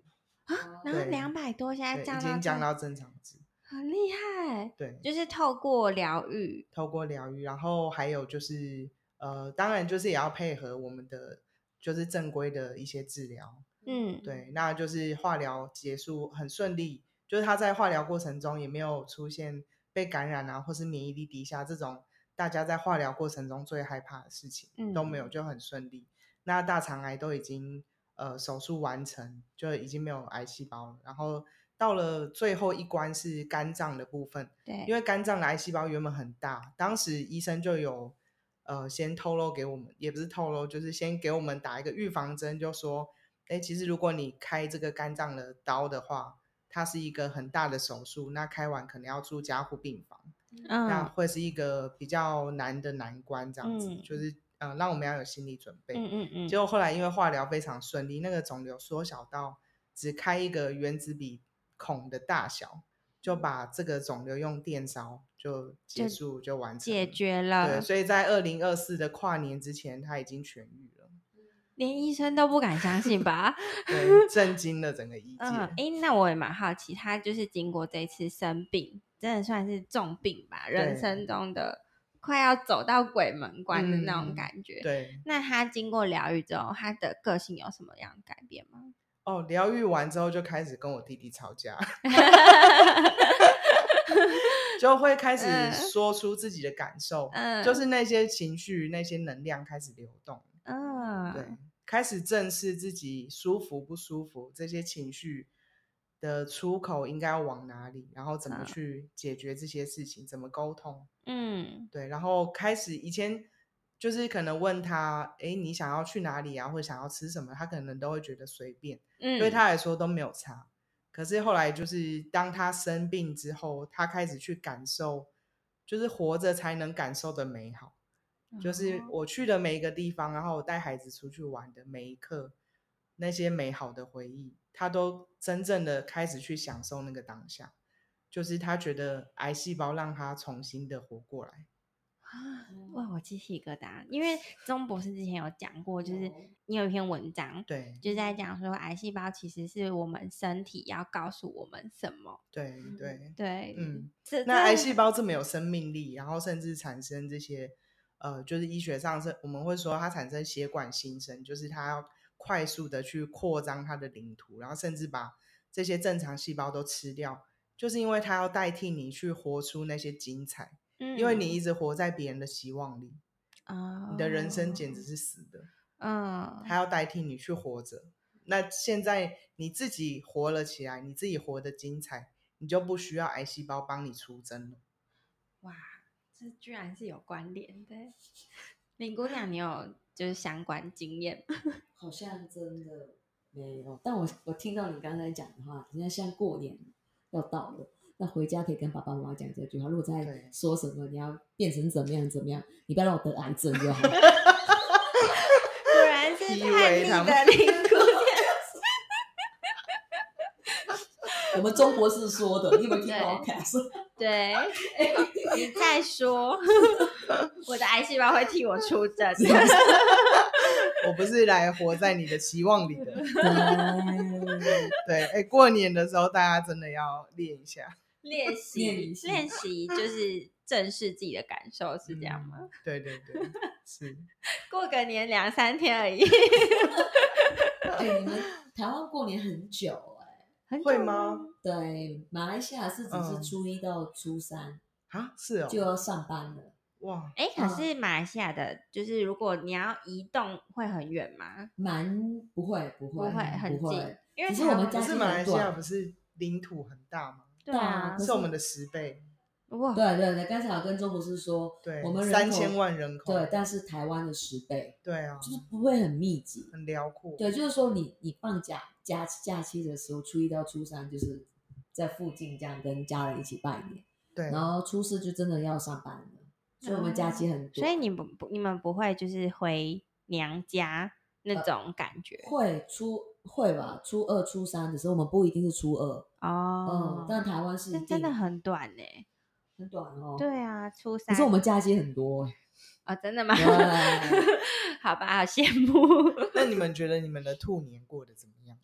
[SPEAKER 2] 然后
[SPEAKER 1] 对
[SPEAKER 2] 两百多，现
[SPEAKER 1] 对，
[SPEAKER 2] 在
[SPEAKER 1] 已
[SPEAKER 2] 降
[SPEAKER 1] 经
[SPEAKER 2] 到
[SPEAKER 1] 降
[SPEAKER 2] 这
[SPEAKER 1] 到正常值。
[SPEAKER 2] 很厉害，
[SPEAKER 1] 对，
[SPEAKER 2] 就是透过疗愈。
[SPEAKER 1] 透过疗愈，然后还有就是呃，当然就是也要配合我们的就是正规的一些治疗。
[SPEAKER 2] 嗯，
[SPEAKER 1] 对，那就是化疗结束很顺利，就是他在化疗过程中也没有出现被感染啊，或是免疫力低下这种大家在化疗过程中最害怕的事情、都没有，
[SPEAKER 2] 嗯
[SPEAKER 1] 就很顺利。那大肠癌都已经呃手术完成，就已经没有癌细胞了。然后到了最后一关是肝脏的部分，
[SPEAKER 2] 对，
[SPEAKER 1] 因为肝脏的癌细胞原本很大，当时医生就有呃先透露给我们，也不是透露，就是先给我们打一个预防针，就说，哎，其实如果你开这个肝脏的刀的话，它是一个很大的手术，那开完可能要住加护病房，那
[SPEAKER 2] 嗯
[SPEAKER 1] 会是一个比较难的难关，这样子，
[SPEAKER 2] 嗯
[SPEAKER 1] 就是呃让我们要有心理准备。
[SPEAKER 2] 嗯嗯嗯，
[SPEAKER 1] 结果后来因为化疗非常顺利，那个肿瘤缩小到只开一个原子笔孔的大小，就把这个肿瘤用电烧就结
[SPEAKER 2] 嗯就
[SPEAKER 1] 束就完成
[SPEAKER 2] 解
[SPEAKER 1] 了。
[SPEAKER 2] 决
[SPEAKER 1] 嗯对，
[SPEAKER 2] 了，
[SPEAKER 1] 所以在二零二四的跨年之前，他已经痊愈
[SPEAKER 2] (laughs)
[SPEAKER 1] 了，
[SPEAKER 2] 连医生都不敢相
[SPEAKER 1] (laughs)
[SPEAKER 2] 信吧？
[SPEAKER 1] 对，震惊了整个医界。
[SPEAKER 2] 嗯，诶，那我也蛮好奇，他就是经过这次生病，真的算是重病吧，人
[SPEAKER 1] 对
[SPEAKER 2] 生中的快要走到鬼门关的那种
[SPEAKER 1] 嗯
[SPEAKER 2] 感觉。
[SPEAKER 1] 对，
[SPEAKER 2] 那他经过疗愈之后，他的个性有什么样的改
[SPEAKER 1] (laughs)
[SPEAKER 2] 变吗？ (laughs)
[SPEAKER 1] 哦，疗愈完之后就开始跟我弟弟吵架， (laughs) 就会开始
[SPEAKER 2] 嗯
[SPEAKER 1] 说出自己的感受，
[SPEAKER 2] 嗯，
[SPEAKER 1] 就是那些情绪、那些能量开始流动，
[SPEAKER 2] 嗯，
[SPEAKER 1] 对，开始正视自己舒服不舒服，这些情绪的出口应该要往哪里，然后怎么
[SPEAKER 2] 嗯
[SPEAKER 1] 去解决这些事情，怎么沟通，
[SPEAKER 2] 嗯
[SPEAKER 1] 对，然后开始以前就是可能问他，诶，你想要去哪里啊，或者想要吃什么，他可能都会觉得随便，
[SPEAKER 2] 嗯，
[SPEAKER 1] 对他来说都没有差。可是后来就是当他生病之后，他开始去感受，就是活着才能感受的美好。就是
[SPEAKER 2] 哦
[SPEAKER 1] 我去的每一个地方，然后我带孩子出去玩的每一刻，那些美好的回忆，他都真正的开始去享受那个当下。就是他觉得癌细胞让他重新的活过来。
[SPEAKER 2] 啊哇，我鸡皮疙瘩，因为钟博士之前有讲过，就是
[SPEAKER 3] 哦
[SPEAKER 2] 你有一篇文章。
[SPEAKER 1] 对
[SPEAKER 2] 就在讲说，癌细胞其实是我们身体要告诉我们什么。
[SPEAKER 1] 对
[SPEAKER 3] 嗯
[SPEAKER 1] 对，
[SPEAKER 2] 对，
[SPEAKER 1] 嗯，
[SPEAKER 2] 这
[SPEAKER 1] 那癌
[SPEAKER 2] 这
[SPEAKER 1] 细胞这么有生命力，然后甚至产生这些，呃，就是医学上是我们会说它产生血管新生，就是它要快速的去扩张它的领土，然后甚至把这些正常细胞都吃掉，就是因为它要代替你去活出那些精彩，因为你
[SPEAKER 2] 嗯
[SPEAKER 1] 一直活在别人的希望里，
[SPEAKER 2] 啊，
[SPEAKER 1] 你的人生简直是死的，
[SPEAKER 2] 嗯，
[SPEAKER 1] 它要代替你去活着。那现在你自己活了起来，你自己活得精彩，你就不需要癌细胞帮你出征了。
[SPEAKER 2] 哇，这居然是有关联的。 (laughs) 林姑娘，你有就是相关经验吗？
[SPEAKER 3] 好像真的没有。但我我听到你刚才讲的话，人家像过年要到了，那回家可以跟爸爸妈妈讲这句话。如果在
[SPEAKER 1] 对
[SPEAKER 3] 说什么你要变成怎么样怎么样，你不要让我得癌症就好。
[SPEAKER 2] 果然是
[SPEAKER 1] 以
[SPEAKER 2] 叛
[SPEAKER 1] 为
[SPEAKER 2] 逆
[SPEAKER 1] 他
[SPEAKER 2] 的
[SPEAKER 1] 们
[SPEAKER 2] 林姑娘。
[SPEAKER 3] 我们中国是说的，你有没有听
[SPEAKER 2] 对
[SPEAKER 3] podcast？
[SPEAKER 2] 对，你再说，我的癌细胞会替我出征。
[SPEAKER 1] 我不是来活在你的期望里
[SPEAKER 2] (laughs)
[SPEAKER 1] 的。
[SPEAKER 3] (laughs) 对
[SPEAKER 1] 对，哎，过年的时候大家真的要练一下，
[SPEAKER 2] 练习
[SPEAKER 3] 练习
[SPEAKER 2] 练习就是正视自己的感受，是这样吗？
[SPEAKER 1] 嗯？对对对，
[SPEAKER 2] (laughs)
[SPEAKER 1] 是。
[SPEAKER 2] 过个年两三天而已，
[SPEAKER 3] 哎，你们台湾过年很久哎、
[SPEAKER 2] 很久
[SPEAKER 1] (laughs) 会吗？
[SPEAKER 3] 对，马来西亚是只是
[SPEAKER 1] 嗯
[SPEAKER 3] 初一到初三、
[SPEAKER 1] 啊，是哦
[SPEAKER 3] 就，要上班了，
[SPEAKER 1] 哇，
[SPEAKER 2] 哎，可
[SPEAKER 3] 嗯
[SPEAKER 2] 是马来西亚的，就是如果你要移动，会很远吗？
[SPEAKER 3] 蛮不会不
[SPEAKER 2] 不
[SPEAKER 3] 会
[SPEAKER 2] 会，
[SPEAKER 3] 不
[SPEAKER 2] 很近
[SPEAKER 3] 会，，
[SPEAKER 2] 因为
[SPEAKER 3] 只是我们
[SPEAKER 2] 台
[SPEAKER 1] 可
[SPEAKER 3] 家
[SPEAKER 2] 湾
[SPEAKER 1] 是
[SPEAKER 3] 境
[SPEAKER 1] 马
[SPEAKER 3] 很
[SPEAKER 1] 来西亚
[SPEAKER 3] 短
[SPEAKER 1] 不是领土很大吗？
[SPEAKER 2] 对啊
[SPEAKER 3] 可是，
[SPEAKER 1] 是我们的十倍，
[SPEAKER 2] 哇，
[SPEAKER 3] 对啊对对，刚才我跟周博士说，
[SPEAKER 1] 对，
[SPEAKER 3] 我们人口
[SPEAKER 1] 三千万人口，
[SPEAKER 3] 对，但是台湾的十倍，
[SPEAKER 1] 对啊，
[SPEAKER 3] 就是不会很密集。
[SPEAKER 1] 很辽阔，
[SPEAKER 3] 对，就是说你你放假假假期的时候，初一到初三就是在附近这样跟家人一起拜年，
[SPEAKER 1] 对
[SPEAKER 3] 然后初四就真的要上班了，所以我们假期很多。
[SPEAKER 2] 哦所以你不不你们不会就是回娘家那种感觉
[SPEAKER 3] 会初会吧，初二、初三的时候，我们不一定是初二，
[SPEAKER 2] 哦
[SPEAKER 3] 嗯，。但台湾是一
[SPEAKER 2] 但
[SPEAKER 3] 定
[SPEAKER 2] 真的很短呢。
[SPEAKER 3] 很短哦。，
[SPEAKER 2] 对啊，初
[SPEAKER 3] 可
[SPEAKER 2] 三。
[SPEAKER 3] 是我们假期很多欸，
[SPEAKER 2] 啊，真的吗？
[SPEAKER 1] 嗯
[SPEAKER 3] 对
[SPEAKER 2] (laughs) 好吧，好羡慕。
[SPEAKER 1] 那你们觉得你们的兔年过得怎么样？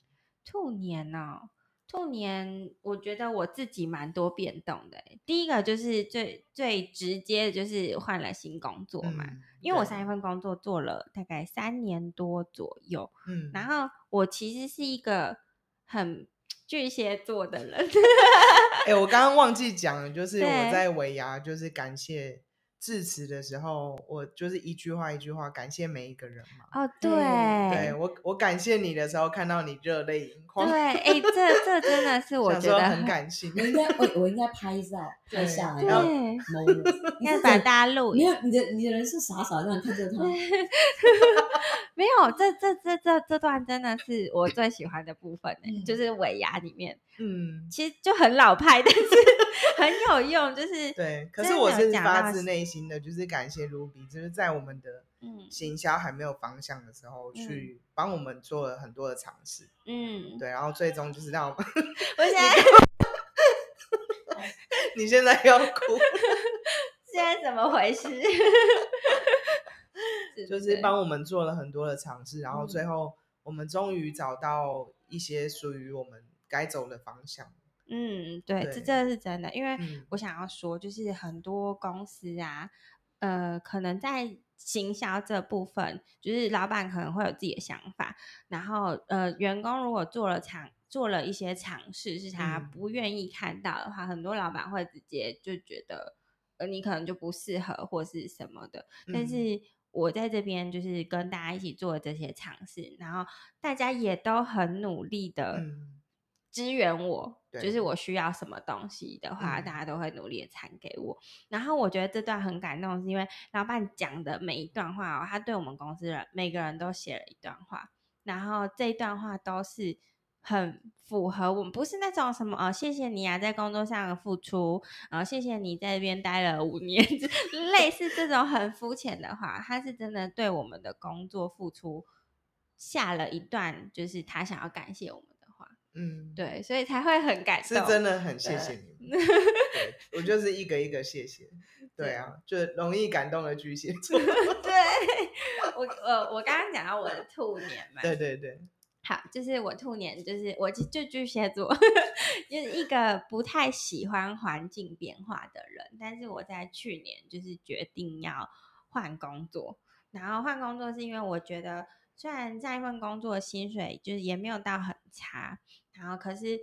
[SPEAKER 2] 兔年哦，兔年，我觉得我自己蛮多变动的欸。第一个就是最最直接的，就是换了新工作嘛，
[SPEAKER 1] 嗯
[SPEAKER 2] 因为我
[SPEAKER 1] 对
[SPEAKER 2] 上一份工作做了大概三年多左右，
[SPEAKER 1] 嗯，
[SPEAKER 2] 然后我其实是一个很巨蟹座的人，
[SPEAKER 1] (laughs) 哎、我刚刚忘记讲了，就是
[SPEAKER 2] 对
[SPEAKER 1] 我在尾牙，就是感谢致辞的时候，我就是一句话一句话感谢每一个人嘛。
[SPEAKER 2] 哦，
[SPEAKER 3] 对
[SPEAKER 2] 对，
[SPEAKER 1] 嗯对我，我感谢你的时候，看到你热泪盈眶，
[SPEAKER 2] 对，哎，这这真
[SPEAKER 1] (laughs)
[SPEAKER 2] 的是我
[SPEAKER 1] 想
[SPEAKER 2] 觉
[SPEAKER 1] 说
[SPEAKER 2] 得
[SPEAKER 1] 很感
[SPEAKER 2] (laughs)
[SPEAKER 1] 性。
[SPEAKER 3] 我应该我我应该拍照拍
[SPEAKER 1] 对
[SPEAKER 3] 下来，
[SPEAKER 2] 对，
[SPEAKER 3] 然后某
[SPEAKER 2] (laughs)
[SPEAKER 1] (laughs)
[SPEAKER 2] 要
[SPEAKER 3] 要
[SPEAKER 2] 把大家录
[SPEAKER 3] 没
[SPEAKER 2] 影。
[SPEAKER 3] 有你的你的人是傻傻让看着他，
[SPEAKER 2] 没有，这这这这这段真的是我最喜欢的部分、欸
[SPEAKER 3] 嗯
[SPEAKER 2] 就是尾牙里面，
[SPEAKER 1] 嗯，
[SPEAKER 2] 其实就很老派，但是
[SPEAKER 1] (laughs)
[SPEAKER 2] 很有用，就是
[SPEAKER 1] 对。可
[SPEAKER 2] 真
[SPEAKER 1] 是
[SPEAKER 2] 的
[SPEAKER 1] 我
[SPEAKER 2] 有
[SPEAKER 1] 是
[SPEAKER 2] 讲
[SPEAKER 1] 发
[SPEAKER 2] 到
[SPEAKER 1] 自
[SPEAKER 2] 是
[SPEAKER 1] 内心的，就是感谢 Ruby，就是在我们的
[SPEAKER 2] 嗯
[SPEAKER 1] 行销还没有方向的时候，去帮我们做了很多的尝试。
[SPEAKER 2] 嗯，
[SPEAKER 1] 对，然后最终就是让我们， (laughs)
[SPEAKER 2] 我现在
[SPEAKER 1] 你现在要哭。
[SPEAKER 2] 现在怎么回事？ (laughs)
[SPEAKER 1] 就是
[SPEAKER 2] 对
[SPEAKER 1] 帮我们做了很多的尝试，然后
[SPEAKER 3] 嗯
[SPEAKER 1] 最后我们终于找到一些属于我们该走的方向。
[SPEAKER 2] 嗯，对，这
[SPEAKER 1] 对
[SPEAKER 2] 这是真的，因为
[SPEAKER 1] 嗯
[SPEAKER 2] 我想要说，就是很多公司啊，呃，可能在行销这部分，就是老板可能会有自己的想法，然后呃，员工如果做了尝做了一些尝试，是他
[SPEAKER 1] 嗯
[SPEAKER 2] 不愿意看到的话，很多老板会直接就觉得，呃，你可能就不适合或是什么的。但
[SPEAKER 1] 嗯
[SPEAKER 2] 是我在这边就是跟大家一起做这些尝试，然后大家也都很努力的
[SPEAKER 1] 嗯
[SPEAKER 2] 支援我，就是
[SPEAKER 1] 对
[SPEAKER 2] 我需要什么东西的话，
[SPEAKER 1] 嗯
[SPEAKER 2] 大家都会努力的传给我。然后我觉得这段很感动，是因为老板讲的每一段话哦，他对我们公司人每个人都写了一段话，然后这一段话都是。很符合我们，不是那种什么哦，谢谢你啊，在工作上的付出，然后谢谢你在这边待了五年， (laughs) 类似这种很肤浅的话，他是真的对我们的工作付出下了一段，就是他想要感谢我们的话，
[SPEAKER 1] 嗯，
[SPEAKER 2] 对，所以才会很感
[SPEAKER 1] 是
[SPEAKER 2] 动。
[SPEAKER 1] 真的很谢谢你们。对我就是一个一个谢
[SPEAKER 2] (laughs)
[SPEAKER 1] 谢，对啊，就容易感动的巨蟹座，
[SPEAKER 2] (laughs) 对，我呃我我刚刚讲到我的兔年嘛，
[SPEAKER 1] 对对对，
[SPEAKER 2] 好，就是我兔年，就是我就就巨蟹座， (laughs) 就是一个不太喜欢环境变化的人。但是我在去年就是决定要换工作，然后换工作是因为我觉得，虽然上一份工作的薪水就是也没有到很差，然后可是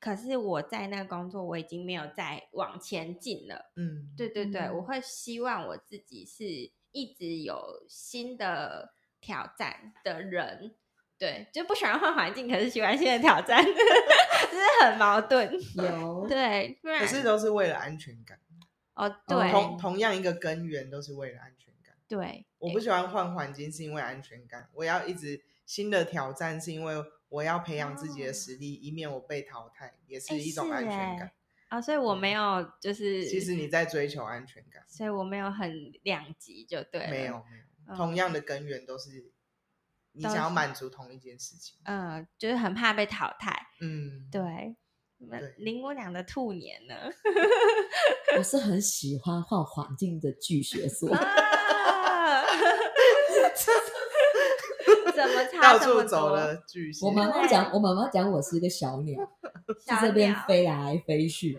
[SPEAKER 2] 可是我在那个工作我已经没有再往前进了。
[SPEAKER 1] 嗯，
[SPEAKER 2] 对对对，我
[SPEAKER 3] 嗯
[SPEAKER 2] 会希望我自己是一直有新的挑战的人，对，就不喜欢换环境，可是喜欢新的挑战， (laughs) 就是很矛盾。
[SPEAKER 3] 有
[SPEAKER 2] (laughs) 对，不然
[SPEAKER 1] 可是都是为了安全感，
[SPEAKER 2] 哦，
[SPEAKER 3] 对
[SPEAKER 1] 同
[SPEAKER 2] 对
[SPEAKER 1] 同样一个根源都是为了安全感。
[SPEAKER 2] 对，
[SPEAKER 1] 我不喜欢换环境是因为安全感，我要一直新的挑战是因为我要培养自己的
[SPEAKER 2] 哦
[SPEAKER 1] 实力，以免我被淘汰，也是
[SPEAKER 2] 诶
[SPEAKER 1] 一种
[SPEAKER 2] 是
[SPEAKER 1] 安全
[SPEAKER 2] 诶
[SPEAKER 1] 感。
[SPEAKER 2] 啊、所以我没有就是，
[SPEAKER 1] 嗯其实你在追求安全感，
[SPEAKER 2] 所以我没有很两极，就对，嗯
[SPEAKER 1] 没有，没有，同样的根源都是你
[SPEAKER 2] 都
[SPEAKER 1] 想要
[SPEAKER 2] 是
[SPEAKER 1] 满足同一件事情。
[SPEAKER 2] 嗯、呃就是很怕被淘汰，
[SPEAKER 1] 嗯，
[SPEAKER 2] 对。那
[SPEAKER 1] 对
[SPEAKER 2] 林姑娘的兔年呢？，
[SPEAKER 3] 我是很喜欢换环境的巨蟹
[SPEAKER 1] (laughs)
[SPEAKER 3] 座
[SPEAKER 2] 啊怎么差
[SPEAKER 1] 到
[SPEAKER 2] 这么
[SPEAKER 1] 处走
[SPEAKER 2] 多？
[SPEAKER 1] 了巨蟹，
[SPEAKER 3] 我妈妈讲，我妈妈讲我是一个小鸟，
[SPEAKER 2] 小
[SPEAKER 3] 在这边
[SPEAKER 2] 鸟
[SPEAKER 3] 飞来飞去。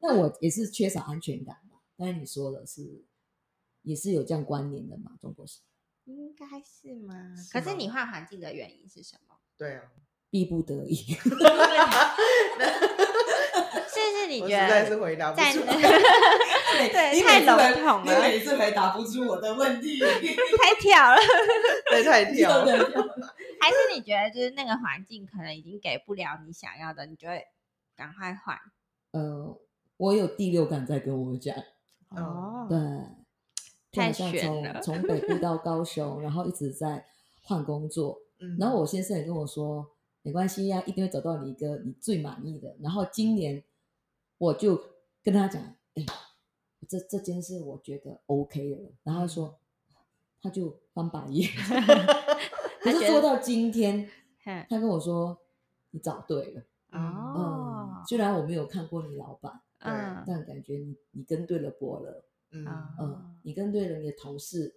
[SPEAKER 3] 那我也是缺少安全感嘛。当然你说的是，也是有这样关联的嘛，中国是
[SPEAKER 2] 应该是吗？
[SPEAKER 1] 是
[SPEAKER 2] 可是
[SPEAKER 1] 吗
[SPEAKER 2] 你换环境的原因是什
[SPEAKER 1] (laughs)
[SPEAKER 2] 么？
[SPEAKER 1] 对啊，
[SPEAKER 3] 逼不得已。
[SPEAKER 2] 是是你
[SPEAKER 1] 我
[SPEAKER 2] 觉
[SPEAKER 1] 实在是
[SPEAKER 2] 得
[SPEAKER 1] 回答不
[SPEAKER 2] 在
[SPEAKER 1] 出来。
[SPEAKER 2] 对
[SPEAKER 3] 你
[SPEAKER 2] 太
[SPEAKER 3] 每次回
[SPEAKER 2] 笼统了
[SPEAKER 3] 你每次回答不出我的
[SPEAKER 2] (laughs)
[SPEAKER 3] 问题，
[SPEAKER 2] (laughs)
[SPEAKER 3] (laughs)
[SPEAKER 2] 太跳了，
[SPEAKER 1] 对，太跳了。
[SPEAKER 2] 还是你觉得就是那个环境可能已经给不了你想要的，你就会赶快换？
[SPEAKER 3] 呃，我有第六感在跟我讲，
[SPEAKER 1] 嗯
[SPEAKER 2] 哦，
[SPEAKER 3] 对，就
[SPEAKER 2] 太
[SPEAKER 3] 好像
[SPEAKER 2] 悬了
[SPEAKER 3] 从从北
[SPEAKER 2] (laughs)
[SPEAKER 3] 部到高雄，然后一直在换工作，
[SPEAKER 1] 嗯，
[SPEAKER 3] 然后我先生也跟我说，没关系呀、一定会找到你一个你最满意的。然后今年我就跟他讲，哎、这这件事我觉得 OK 了。
[SPEAKER 2] 嗯
[SPEAKER 3] 然后他说，他就翻白眼。
[SPEAKER 2] (laughs)
[SPEAKER 3] 可是做到今天，
[SPEAKER 2] 哼
[SPEAKER 3] 他跟我说你找对了。
[SPEAKER 2] 哦
[SPEAKER 3] 嗯，，虽然我没有看过你老板，
[SPEAKER 2] 嗯
[SPEAKER 3] 但感觉你你跟对了伯乐。
[SPEAKER 1] 嗯
[SPEAKER 2] 啊
[SPEAKER 3] 嗯
[SPEAKER 2] 哦，
[SPEAKER 3] 你跟对了你的同事，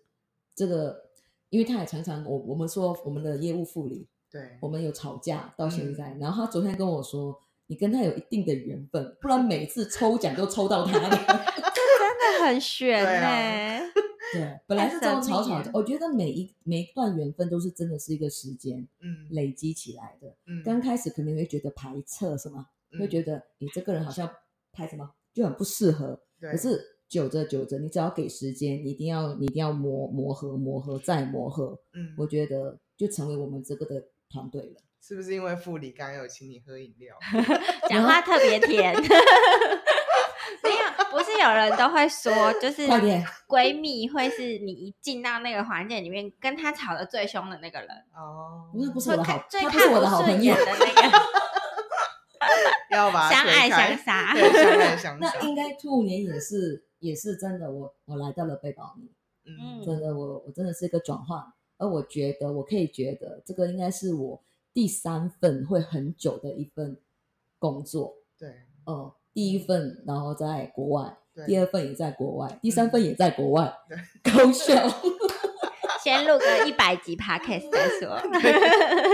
[SPEAKER 3] 这个，因为他也常常我我们说我们的业务副理。
[SPEAKER 1] 对
[SPEAKER 3] 我，们有吵架到现
[SPEAKER 2] 嗯
[SPEAKER 3] 在，然后他昨天跟我说，你跟他有一定的缘分，不然每次抽奖都抽到他的。 (laughs)
[SPEAKER 2] 真的很悬欸
[SPEAKER 1] 对啊
[SPEAKER 2] 呢。
[SPEAKER 3] 对，本来是这
[SPEAKER 2] 太
[SPEAKER 3] 种
[SPEAKER 2] 神秘
[SPEAKER 3] 吵吵
[SPEAKER 2] 了
[SPEAKER 3] 架，我觉得每一每一段缘分都是真的是一个时间
[SPEAKER 1] 嗯
[SPEAKER 3] 累积起来的。
[SPEAKER 1] 嗯，
[SPEAKER 3] 刚开始可能会觉得排斥什么，
[SPEAKER 2] 嗯
[SPEAKER 3] 会觉
[SPEAKER 1] 得
[SPEAKER 3] 得你这个人好像排什么就很不适合，可
[SPEAKER 1] 可
[SPEAKER 3] 是。久着久着，你只要给时间，你一定要你一定要磨磨合磨合再磨合，
[SPEAKER 1] 嗯，
[SPEAKER 3] 我觉得就成为我们这个的团队了。
[SPEAKER 1] 是不是因为副理刚刚有请你喝饮
[SPEAKER 3] (laughs)
[SPEAKER 1] 料？
[SPEAKER 2] 讲话特别甜。 (laughs) 没有，不是有人都会说，就是
[SPEAKER 3] 快点，
[SPEAKER 2] 闺蜜会是你一进到那个环境里面，跟她吵得最凶的那个人，
[SPEAKER 1] 哦，
[SPEAKER 3] 那不是
[SPEAKER 2] 会
[SPEAKER 3] 我的
[SPEAKER 2] 看
[SPEAKER 3] 好，
[SPEAKER 2] 最
[SPEAKER 3] 他
[SPEAKER 2] 看
[SPEAKER 3] 不是我的好
[SPEAKER 2] 顺
[SPEAKER 3] 朋
[SPEAKER 2] 眼
[SPEAKER 3] 友。
[SPEAKER 2] 的那 (laughs) 个，
[SPEAKER 1] 要把它
[SPEAKER 2] 相
[SPEAKER 1] 推
[SPEAKER 2] 爱
[SPEAKER 1] 开
[SPEAKER 2] 相 (laughs)
[SPEAKER 1] (laughs)
[SPEAKER 2] 杀。嗯
[SPEAKER 1] 对，相爱相杀
[SPEAKER 3] 那。应该兔年也是也是真的，我我来到了贝宝尼，
[SPEAKER 1] 嗯
[SPEAKER 3] 真的我我真的是一个转换，而我觉得我可以觉得这个应该是我第三份会很久的一份工作，
[SPEAKER 1] 对
[SPEAKER 3] 哦、第一份然后在国外，
[SPEAKER 1] 对，嗯
[SPEAKER 3] 第
[SPEAKER 1] 二
[SPEAKER 3] 二份也在国外，第三份也在国外，
[SPEAKER 1] (laughs)
[SPEAKER 3] 高效，
[SPEAKER 2] 先录个一百集 podcast 再
[SPEAKER 3] (laughs)
[SPEAKER 2] 说。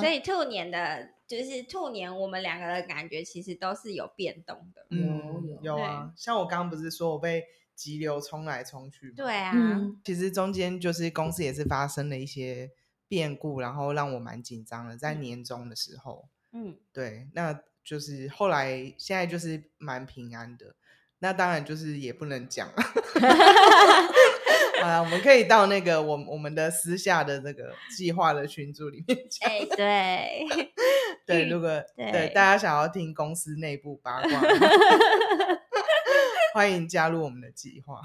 [SPEAKER 2] 所以兔年的，就是兔年，我们两个的感觉其实都是有变动的。
[SPEAKER 3] 有有
[SPEAKER 1] 嗯有啊，像我刚刚不是说我被急流冲来冲去吗？
[SPEAKER 2] 对啊，
[SPEAKER 3] 嗯，
[SPEAKER 1] 其实中间就是公司也是发生了一些变故，然后让我蛮紧张的，在年终的时候。
[SPEAKER 2] 嗯，
[SPEAKER 1] 对，那就是后来现在就是蛮平安的。那当然就是也不能讲了。 (laughs) 好啦，我们可以到那个我们我们的私下的那个计划的群组里面讲。
[SPEAKER 2] 哎、对，
[SPEAKER 3] (laughs)
[SPEAKER 1] 对，
[SPEAKER 2] 嗯
[SPEAKER 1] 如果对
[SPEAKER 2] 对
[SPEAKER 1] 大家想要听公司内部八卦， (laughs) 欢迎加入我们的计划。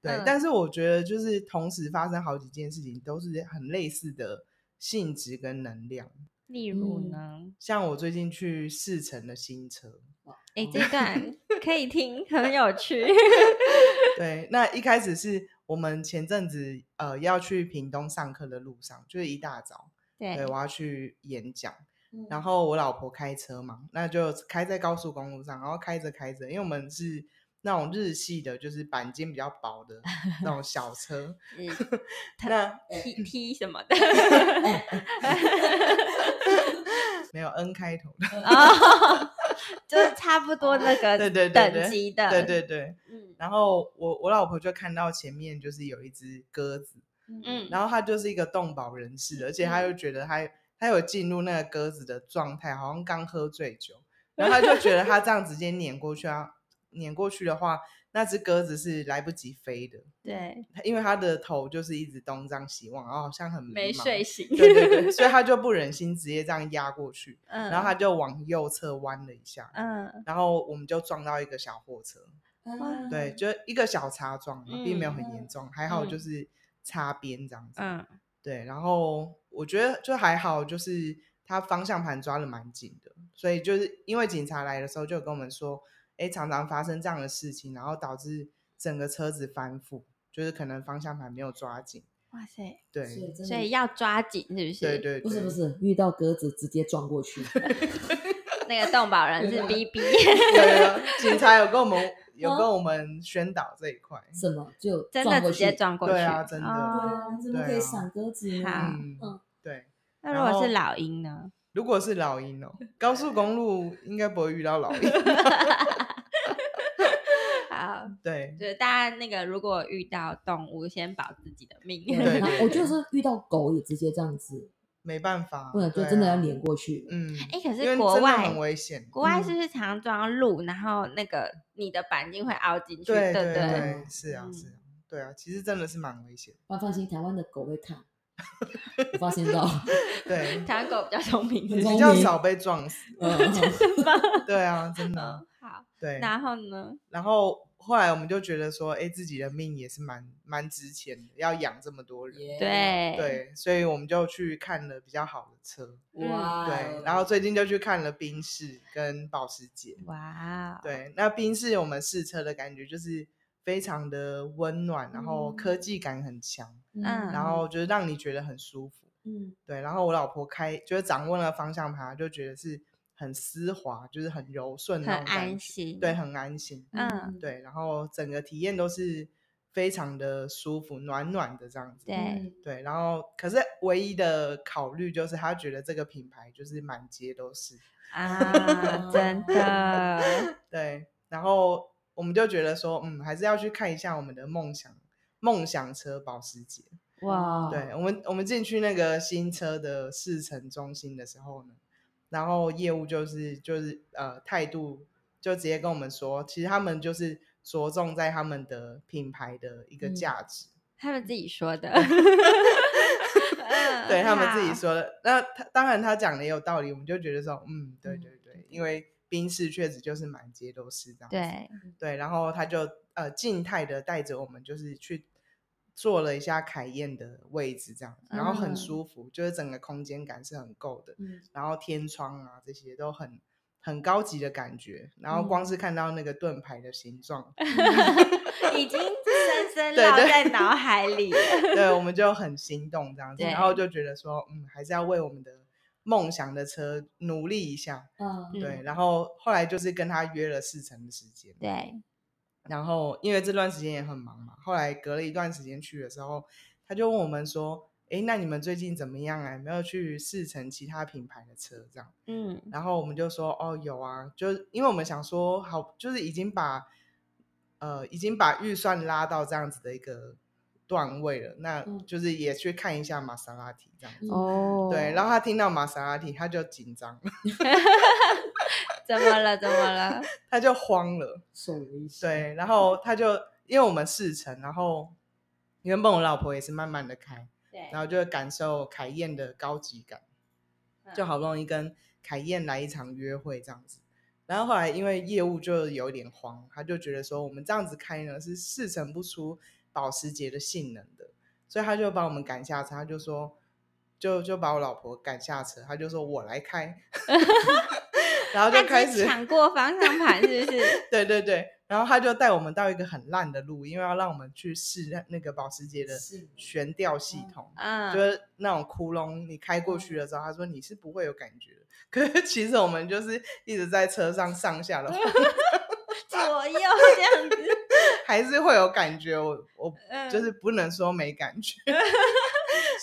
[SPEAKER 1] 对，
[SPEAKER 2] 嗯
[SPEAKER 1] 但是我觉得就是同时发生好几件事情，都是很类似的性质跟能量。
[SPEAKER 2] 例如
[SPEAKER 3] 嗯
[SPEAKER 2] 呢，
[SPEAKER 1] 像我最近去试乘的新车，
[SPEAKER 2] 哎、这段可以听，很有趣。 (laughs)
[SPEAKER 1] 对，那一开始是我们前阵子呃要去屏东上课的路上，就是一大早，
[SPEAKER 2] 对
[SPEAKER 1] 对，我要去演讲。
[SPEAKER 3] 嗯
[SPEAKER 1] 然后我老婆开车嘛，那就开在高速公路上，然后开着开着，因为我们是那种日系的，就是钣金比较薄
[SPEAKER 2] (laughs)
[SPEAKER 1] 的那种小车，
[SPEAKER 2] 是
[SPEAKER 1] 那
[SPEAKER 2] T T
[SPEAKER 1] (laughs)
[SPEAKER 2] 什么的
[SPEAKER 1] 没有 N 开头的，
[SPEAKER 2] 哦，就是差不多那个
[SPEAKER 1] 对对对对
[SPEAKER 2] 等级的，
[SPEAKER 1] 对对对。
[SPEAKER 2] 嗯，
[SPEAKER 1] 然后我我老婆就看到前面就是有一只鸽子，
[SPEAKER 2] 嗯
[SPEAKER 1] 然后他就是一个动保人士，而且他又觉得他他有进入那个鸽子的状态，好像刚喝醉酒，
[SPEAKER 2] (laughs)
[SPEAKER 1] 然后他就觉得他这样直接碾过去啊，碾过去的话，那只鸽子是来不及飞的，
[SPEAKER 2] 对，
[SPEAKER 1] 因为他的头就是一直东张西望，然后好像很迷
[SPEAKER 2] 没
[SPEAKER 1] 茫
[SPEAKER 2] 睡醒，
[SPEAKER 1] 嗯对对对，所以他就不忍心直接这样压过去，
[SPEAKER 2] 嗯，
[SPEAKER 1] 然后他就往右侧弯了一下，
[SPEAKER 2] 嗯，
[SPEAKER 1] 然后我们就撞到一个小货车，
[SPEAKER 3] 啊
[SPEAKER 1] 对，就一个小擦撞嘛，并没有很严
[SPEAKER 3] 嗯
[SPEAKER 1] 重，还好就
[SPEAKER 2] 嗯
[SPEAKER 1] 是擦边这样子，
[SPEAKER 2] 嗯
[SPEAKER 1] 对，然后我觉得就还好，就是他方向盘抓的蛮紧的，所以就是因为警察来的时候就有跟我们说，哎，常常发生这样的事情，然后导致整个车子翻覆，就是可能方向盘没有抓紧，
[SPEAKER 2] 哇塞，
[SPEAKER 3] 所
[SPEAKER 1] 对
[SPEAKER 3] 以，真的
[SPEAKER 2] 所以要抓紧，是不是？
[SPEAKER 1] 对，对，
[SPEAKER 3] 不是
[SPEAKER 1] 对
[SPEAKER 3] 不，是遇到鸽子直接撞过去，
[SPEAKER 2] 那个动保人是 B
[SPEAKER 3] 对
[SPEAKER 1] (laughs)
[SPEAKER 2] B，
[SPEAKER 1] 有有有啊警察有跟我
[SPEAKER 3] (laughs) 嗯
[SPEAKER 1] 们有跟我们宣导这一块，
[SPEAKER 3] 什么就
[SPEAKER 2] 真
[SPEAKER 3] 撞
[SPEAKER 2] 的
[SPEAKER 3] 过
[SPEAKER 2] 直
[SPEAKER 3] 去
[SPEAKER 2] 接。撞过去，
[SPEAKER 1] 对啊真的
[SPEAKER 3] 对
[SPEAKER 2] 哦
[SPEAKER 3] 啊，你怎么可
[SPEAKER 1] 对啊
[SPEAKER 3] 以闪鸽子呢？
[SPEAKER 2] 好
[SPEAKER 1] 嗯
[SPEAKER 3] 嗯，
[SPEAKER 1] 对。
[SPEAKER 2] 那
[SPEAKER 1] 然
[SPEAKER 2] 如果
[SPEAKER 1] 后
[SPEAKER 2] 是老鹰呢？
[SPEAKER 1] 如果是老鹰哦，高速公路应该不会遇到老鹰。
[SPEAKER 3] (laughs)
[SPEAKER 2] 好，
[SPEAKER 1] 对
[SPEAKER 2] 就是大家那个如果遇到动物，先保自己的命。
[SPEAKER 1] 对
[SPEAKER 3] 然后我就是遇到狗也直接这样子，
[SPEAKER 1] 没办法，
[SPEAKER 3] 不然就
[SPEAKER 1] 对
[SPEAKER 3] 真的
[SPEAKER 1] 啊
[SPEAKER 3] 要碾过去。
[SPEAKER 1] 嗯，
[SPEAKER 2] (laughs) 哎、可
[SPEAKER 1] 因为
[SPEAKER 2] 是国
[SPEAKER 1] 真的
[SPEAKER 2] 外
[SPEAKER 1] 很危险，
[SPEAKER 2] 国外
[SPEAKER 1] 嗯
[SPEAKER 2] 是不是常撞路，然后那个你的钣金会凹进去？
[SPEAKER 1] 对
[SPEAKER 2] 对
[SPEAKER 1] 对
[SPEAKER 3] 对
[SPEAKER 1] 是啊
[SPEAKER 2] 嗯
[SPEAKER 1] 是啊，对啊，其实真的是蛮危险的。
[SPEAKER 3] 但放心，台湾的狗会看，我发现到， (laughs)
[SPEAKER 1] 对，
[SPEAKER 2] (laughs) 台湾狗比较聪明，是不
[SPEAKER 1] 比
[SPEAKER 2] 是
[SPEAKER 3] 聪
[SPEAKER 1] 较
[SPEAKER 3] 明
[SPEAKER 1] 少被撞死。
[SPEAKER 3] 嗯，
[SPEAKER 1] 对啊，
[SPEAKER 3] (laughs)
[SPEAKER 1] 真的。
[SPEAKER 2] 好，
[SPEAKER 1] 对，
[SPEAKER 2] 然后呢？
[SPEAKER 1] 然后后来我们就觉得说，哎，自己的命也是蛮蛮值钱的，要养这么多人。
[SPEAKER 2] 对，
[SPEAKER 1] 对，所以我们就去看了比较好的车，
[SPEAKER 3] 哇，
[SPEAKER 2] 哦
[SPEAKER 1] 对，然后最近就去看了宾士跟保时捷，
[SPEAKER 2] 哇哦，
[SPEAKER 1] 对，那宾士我们试车的感觉就是非常的温暖，然后科
[SPEAKER 3] 嗯
[SPEAKER 1] 技感很强，
[SPEAKER 3] 嗯，
[SPEAKER 1] 然后就是让你觉得很舒服。
[SPEAKER 3] 嗯，
[SPEAKER 1] 对，然后我老婆开就是掌握了方向盘，她就觉得是很丝滑，就是很柔顺的
[SPEAKER 2] 很
[SPEAKER 1] 那种感
[SPEAKER 2] 安
[SPEAKER 1] 觉，
[SPEAKER 2] 心。
[SPEAKER 1] 对，很安心，
[SPEAKER 2] 嗯，
[SPEAKER 1] 对，然后整个体验都是非常的舒服，暖暖的这样子，
[SPEAKER 2] 对，
[SPEAKER 1] 对，然后可是唯一的考虑就是她觉得这个品牌就是满街都是，
[SPEAKER 2] 啊，真的，
[SPEAKER 1] 对，然后我们就觉得说，嗯，还是要去看一下我们的梦想梦想车保时捷，
[SPEAKER 2] 哇，
[SPEAKER 3] 哦
[SPEAKER 1] 对我们，我们进去那个新车的试乘中心的时候呢，然后业务就是就是呃态度就直接跟我们说，其实他们就是着重在他们的品牌的一个
[SPEAKER 3] 嗯
[SPEAKER 1] 价值，
[SPEAKER 2] 他们自己说
[SPEAKER 1] (laughs)
[SPEAKER 2] 的，嗯
[SPEAKER 1] 对
[SPEAKER 2] 对
[SPEAKER 1] 他们自己说的。那他当然他讲的也有道理，我们就觉得说，嗯，对
[SPEAKER 3] 嗯
[SPEAKER 1] 对对，因为宾士确实就是满街都是这样子，
[SPEAKER 2] 对， (laughs)
[SPEAKER 1] 对，然后他就呃静态的带着我们，就是去坐了一下凯宴的位置，这样，然后很
[SPEAKER 2] 嗯
[SPEAKER 1] 舒服，就是整个空间感是很够的，
[SPEAKER 3] 嗯
[SPEAKER 1] 然后天窗啊这些都很很高级的感觉，然后光是看到那个盾牌的形状，
[SPEAKER 2] 已经深深
[SPEAKER 1] 对
[SPEAKER 2] 烙
[SPEAKER 1] 对
[SPEAKER 2] 在脑海里了。
[SPEAKER 1] 对我们就很心动这样子，然后就觉得说，嗯，还是要为我们的梦想的车努力一下，
[SPEAKER 3] 嗯
[SPEAKER 2] 嗯
[SPEAKER 1] 对，然后后来就是跟他约了试乘的时间，
[SPEAKER 2] 对，
[SPEAKER 1] 然后因为这段时间也很忙嘛，后来隔了一段时间去的时候，他就问我们说：“诶，那你们最近怎么样啊？有没有去试乘其他品牌的车？”这样，
[SPEAKER 2] 嗯，
[SPEAKER 1] 然后我们就说：“哦，有啊，就是因为我们想说，好，就是已经把呃已经把预算拉到这样子的一个段位了，那
[SPEAKER 3] 嗯
[SPEAKER 1] 就是也去看一下玛莎拉蒂这样子。
[SPEAKER 3] 嗯
[SPEAKER 2] 哦，
[SPEAKER 1] 对，然后他听到玛莎拉蒂，他就紧张 (laughs) 了，
[SPEAKER 2] 怎么了？怎么
[SPEAKER 1] (laughs)
[SPEAKER 2] 了？
[SPEAKER 1] 他就慌了。
[SPEAKER 3] 受了一些，
[SPEAKER 1] 对，然后他就因为我们试乘，然后原本我老婆也是慢慢的开，
[SPEAKER 2] 对
[SPEAKER 1] 然后就感受凯宴的高级感，就
[SPEAKER 2] 嗯
[SPEAKER 1] 好不容易跟凯宴来一场约会这样子。然后后来因为业务就有点慌，他就觉得说我们这样子开呢是试乘不出保时捷的性能的，所以他就把我们赶下车，他就说就就把我老婆赶下车，他就说我来
[SPEAKER 2] (laughs)
[SPEAKER 1] 开，然后
[SPEAKER 2] 他
[SPEAKER 1] 就
[SPEAKER 2] 只
[SPEAKER 1] 开始
[SPEAKER 2] 抢过方向盘，是不
[SPEAKER 1] (laughs)
[SPEAKER 2] 是？
[SPEAKER 1] 对对对，然后他就带我们到一个很烂的路，因为要让我们去试那个保时捷的
[SPEAKER 3] 是
[SPEAKER 1] 悬吊系统，
[SPEAKER 2] 嗯，
[SPEAKER 1] 就是那种窟窿，你开过去的时候，他说你是不会有感觉的。 (laughs) 可是其实我们就是一直在车上上下的，
[SPEAKER 2] 左右这样子，
[SPEAKER 1] (laughs) 还是会有感觉。我我
[SPEAKER 2] 嗯，
[SPEAKER 1] 就是不能说没感觉，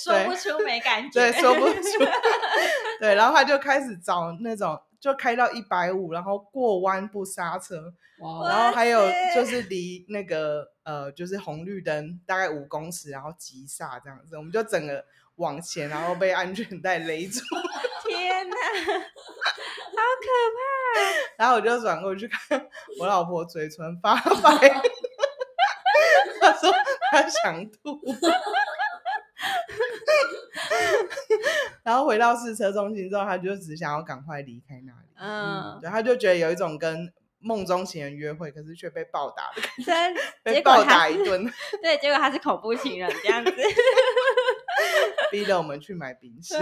[SPEAKER 2] 说不出没感
[SPEAKER 1] 对，
[SPEAKER 2] 觉，
[SPEAKER 1] 说不出。 (laughs) 对，然后他就开始找那种，就开到一百五，然后过弯不刹车，
[SPEAKER 3] 哇，
[SPEAKER 1] 然后还有
[SPEAKER 2] 哇塞
[SPEAKER 1] 就是离那个呃，就是红绿灯大概五公尺，然后急刹这样子，我们就整个往前，然后被安全带勒住， (laughs)
[SPEAKER 2] 天哪，
[SPEAKER 1] 然后我就转过去看我老婆嘴唇发白， (laughs) 她说她想吐， (laughs) 然后回到试车中心之后，她就只想要赶快离开那里，
[SPEAKER 2] 嗯，
[SPEAKER 1] 对，她就觉得有一种跟梦中情人约会，可是却被暴打的感 (laughs) 觉，
[SPEAKER 2] 真
[SPEAKER 1] 被
[SPEAKER 2] 嗯结
[SPEAKER 1] 暴
[SPEAKER 2] 果
[SPEAKER 1] 打
[SPEAKER 2] 他
[SPEAKER 1] 一
[SPEAKER 2] 是
[SPEAKER 1] 顿。
[SPEAKER 2] 对，结果他是恐怖情人这样
[SPEAKER 1] (laughs)
[SPEAKER 2] 子，
[SPEAKER 1] 逼着我们去买
[SPEAKER 3] (laughs)
[SPEAKER 1] 冰室，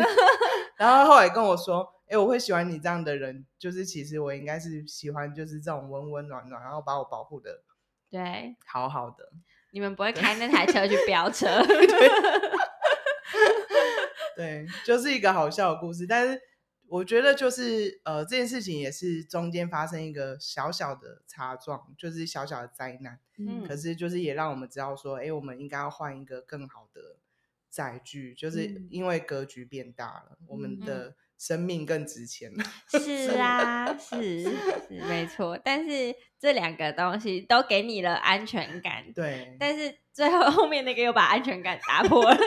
[SPEAKER 1] 然后后来跟我说：“哎、我会喜欢你这样的人，就是其实我应该是喜欢就是这种温温暖暖，然后把我保护的
[SPEAKER 2] 对，
[SPEAKER 1] 好好的。
[SPEAKER 2] 你们不会开那台车去飙车，
[SPEAKER 1] (laughs) 对，就是一个好笑的故事。但是我觉得就是呃，这件事情也是中间发生一个小小的擦撞，就是小小的灾难。
[SPEAKER 2] 嗯
[SPEAKER 1] 可是就是也让我们知道说，哎、我们应该要换一个更好的载具，就是
[SPEAKER 3] 嗯
[SPEAKER 1] 因为格局变大了，我们
[SPEAKER 3] 嗯
[SPEAKER 1] 的生命更值钱了。”
[SPEAKER 2] 是 (laughs) 啊，是是没错，但是这两个东西都给你了安全感，
[SPEAKER 1] 对，
[SPEAKER 2] 但是最后后面那个又把安全感打破了，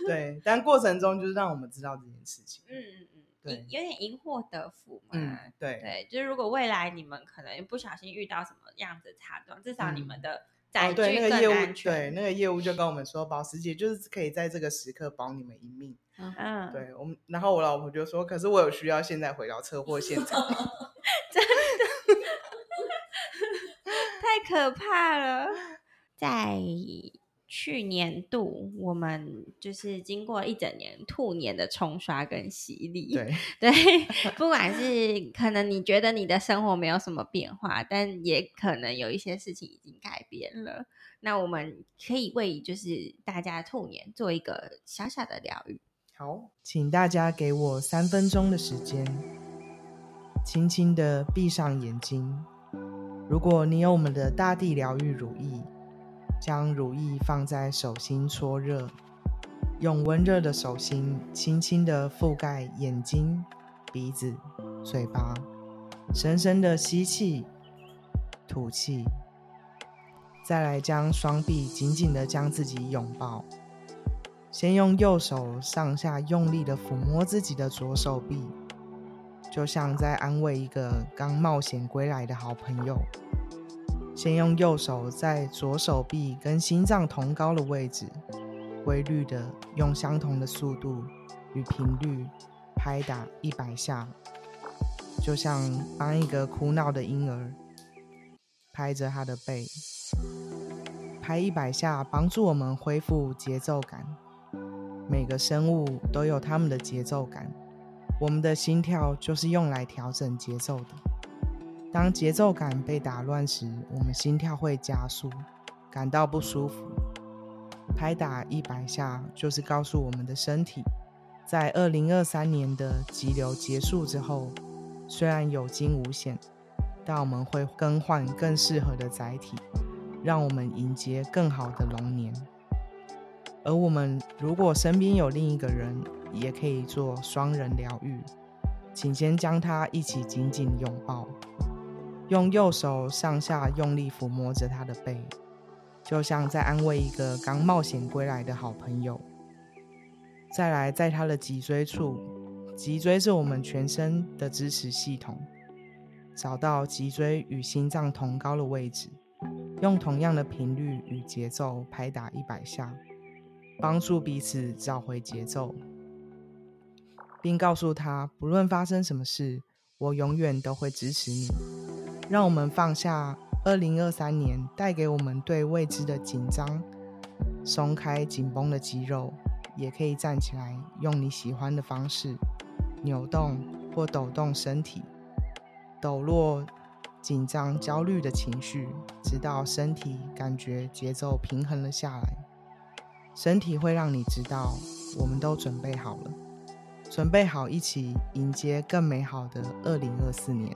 [SPEAKER 2] (laughs)
[SPEAKER 1] 对，但过程中就是让我们知道这件事情。
[SPEAKER 2] 嗯嗯嗯，
[SPEAKER 1] 对
[SPEAKER 2] 赢有点因祸得福嘛，
[SPEAKER 1] 嗯，对，
[SPEAKER 2] 对，就是如果未来你们可能不小心遇到什么样子的擦撞，至少你
[SPEAKER 1] 嗯
[SPEAKER 2] 们的载
[SPEAKER 1] 哦，
[SPEAKER 2] 具
[SPEAKER 1] 对，那
[SPEAKER 2] 更
[SPEAKER 1] 个业
[SPEAKER 2] 安
[SPEAKER 1] 务，对，
[SPEAKER 2] 全。
[SPEAKER 1] 那个业务就跟我们
[SPEAKER 2] (laughs)
[SPEAKER 1] 说，保时捷就是可以在这个时刻保你们一命。
[SPEAKER 2] 嗯，
[SPEAKER 1] 对我们，然后我老婆就说，可是我有需要现在回到车祸现场。
[SPEAKER 2] (laughs) 太可怕了。在去年度，我们就是经过一整年兔年的冲刷跟洗礼，
[SPEAKER 1] 对，
[SPEAKER 2] (laughs) 对，不管是可能你觉得你的生活没有什么变化，但也可能有一些事情已经改变了。那我们可以为就是大家兔年做一个小小的疗愈。
[SPEAKER 1] 好，请大家给我三分钟的时间，轻轻的闭上眼睛。如果你有我们的大地疗愈乳液，将乳液放在手心搓热，用温热的手心轻轻的覆盖眼睛、鼻子、嘴巴，深深的吸气、吐气，再来将双臂紧紧的将自己拥抱。先用右手上下用力的抚摸自己的左手臂，就像在安慰一个刚冒险归来的好朋友。先用右手在左手臂跟心脏同高的位置，规律的用相同的速度与频率拍打一百下，就像帮一个哭闹的婴儿拍着他的背。拍一百下，帮助我们恢复节奏感。每个生物都有它们的节奏感，我们的心跳就是用来调整节奏的。当节奏感被打乱时，我们心跳会加速，感到不舒服。拍打一百下就是告诉我们的身体，在二零二三年的急流结束之后，虽然有惊无险，但我们会更换更适合的载体。让我们迎接更好的龙年。而我们如果身边有另一个人，也可以做双人疗愈，请先将他一起紧紧拥抱，用右手上下用力抚摸着他的背，就像在安慰一个刚冒险归来的好朋友。再来，在他的脊椎处，脊椎是我们全身的支持系统，找到脊椎与心脏同高的位置，用同样的频率与节奏拍打一百下，帮助彼此找回节奏，并告诉他，不论发生什么事，我永远都会支持你。让我们放下2023年带给我们对未知的紧张，松开紧绷的肌肉，也可以站起来，用你喜欢的方式扭动或抖动身体，抖落紧张、焦虑的情绪，直到身体感觉节奏平衡了下来。身体会让你知道，我们都准备好了，准备好一起迎接更美好的2024年。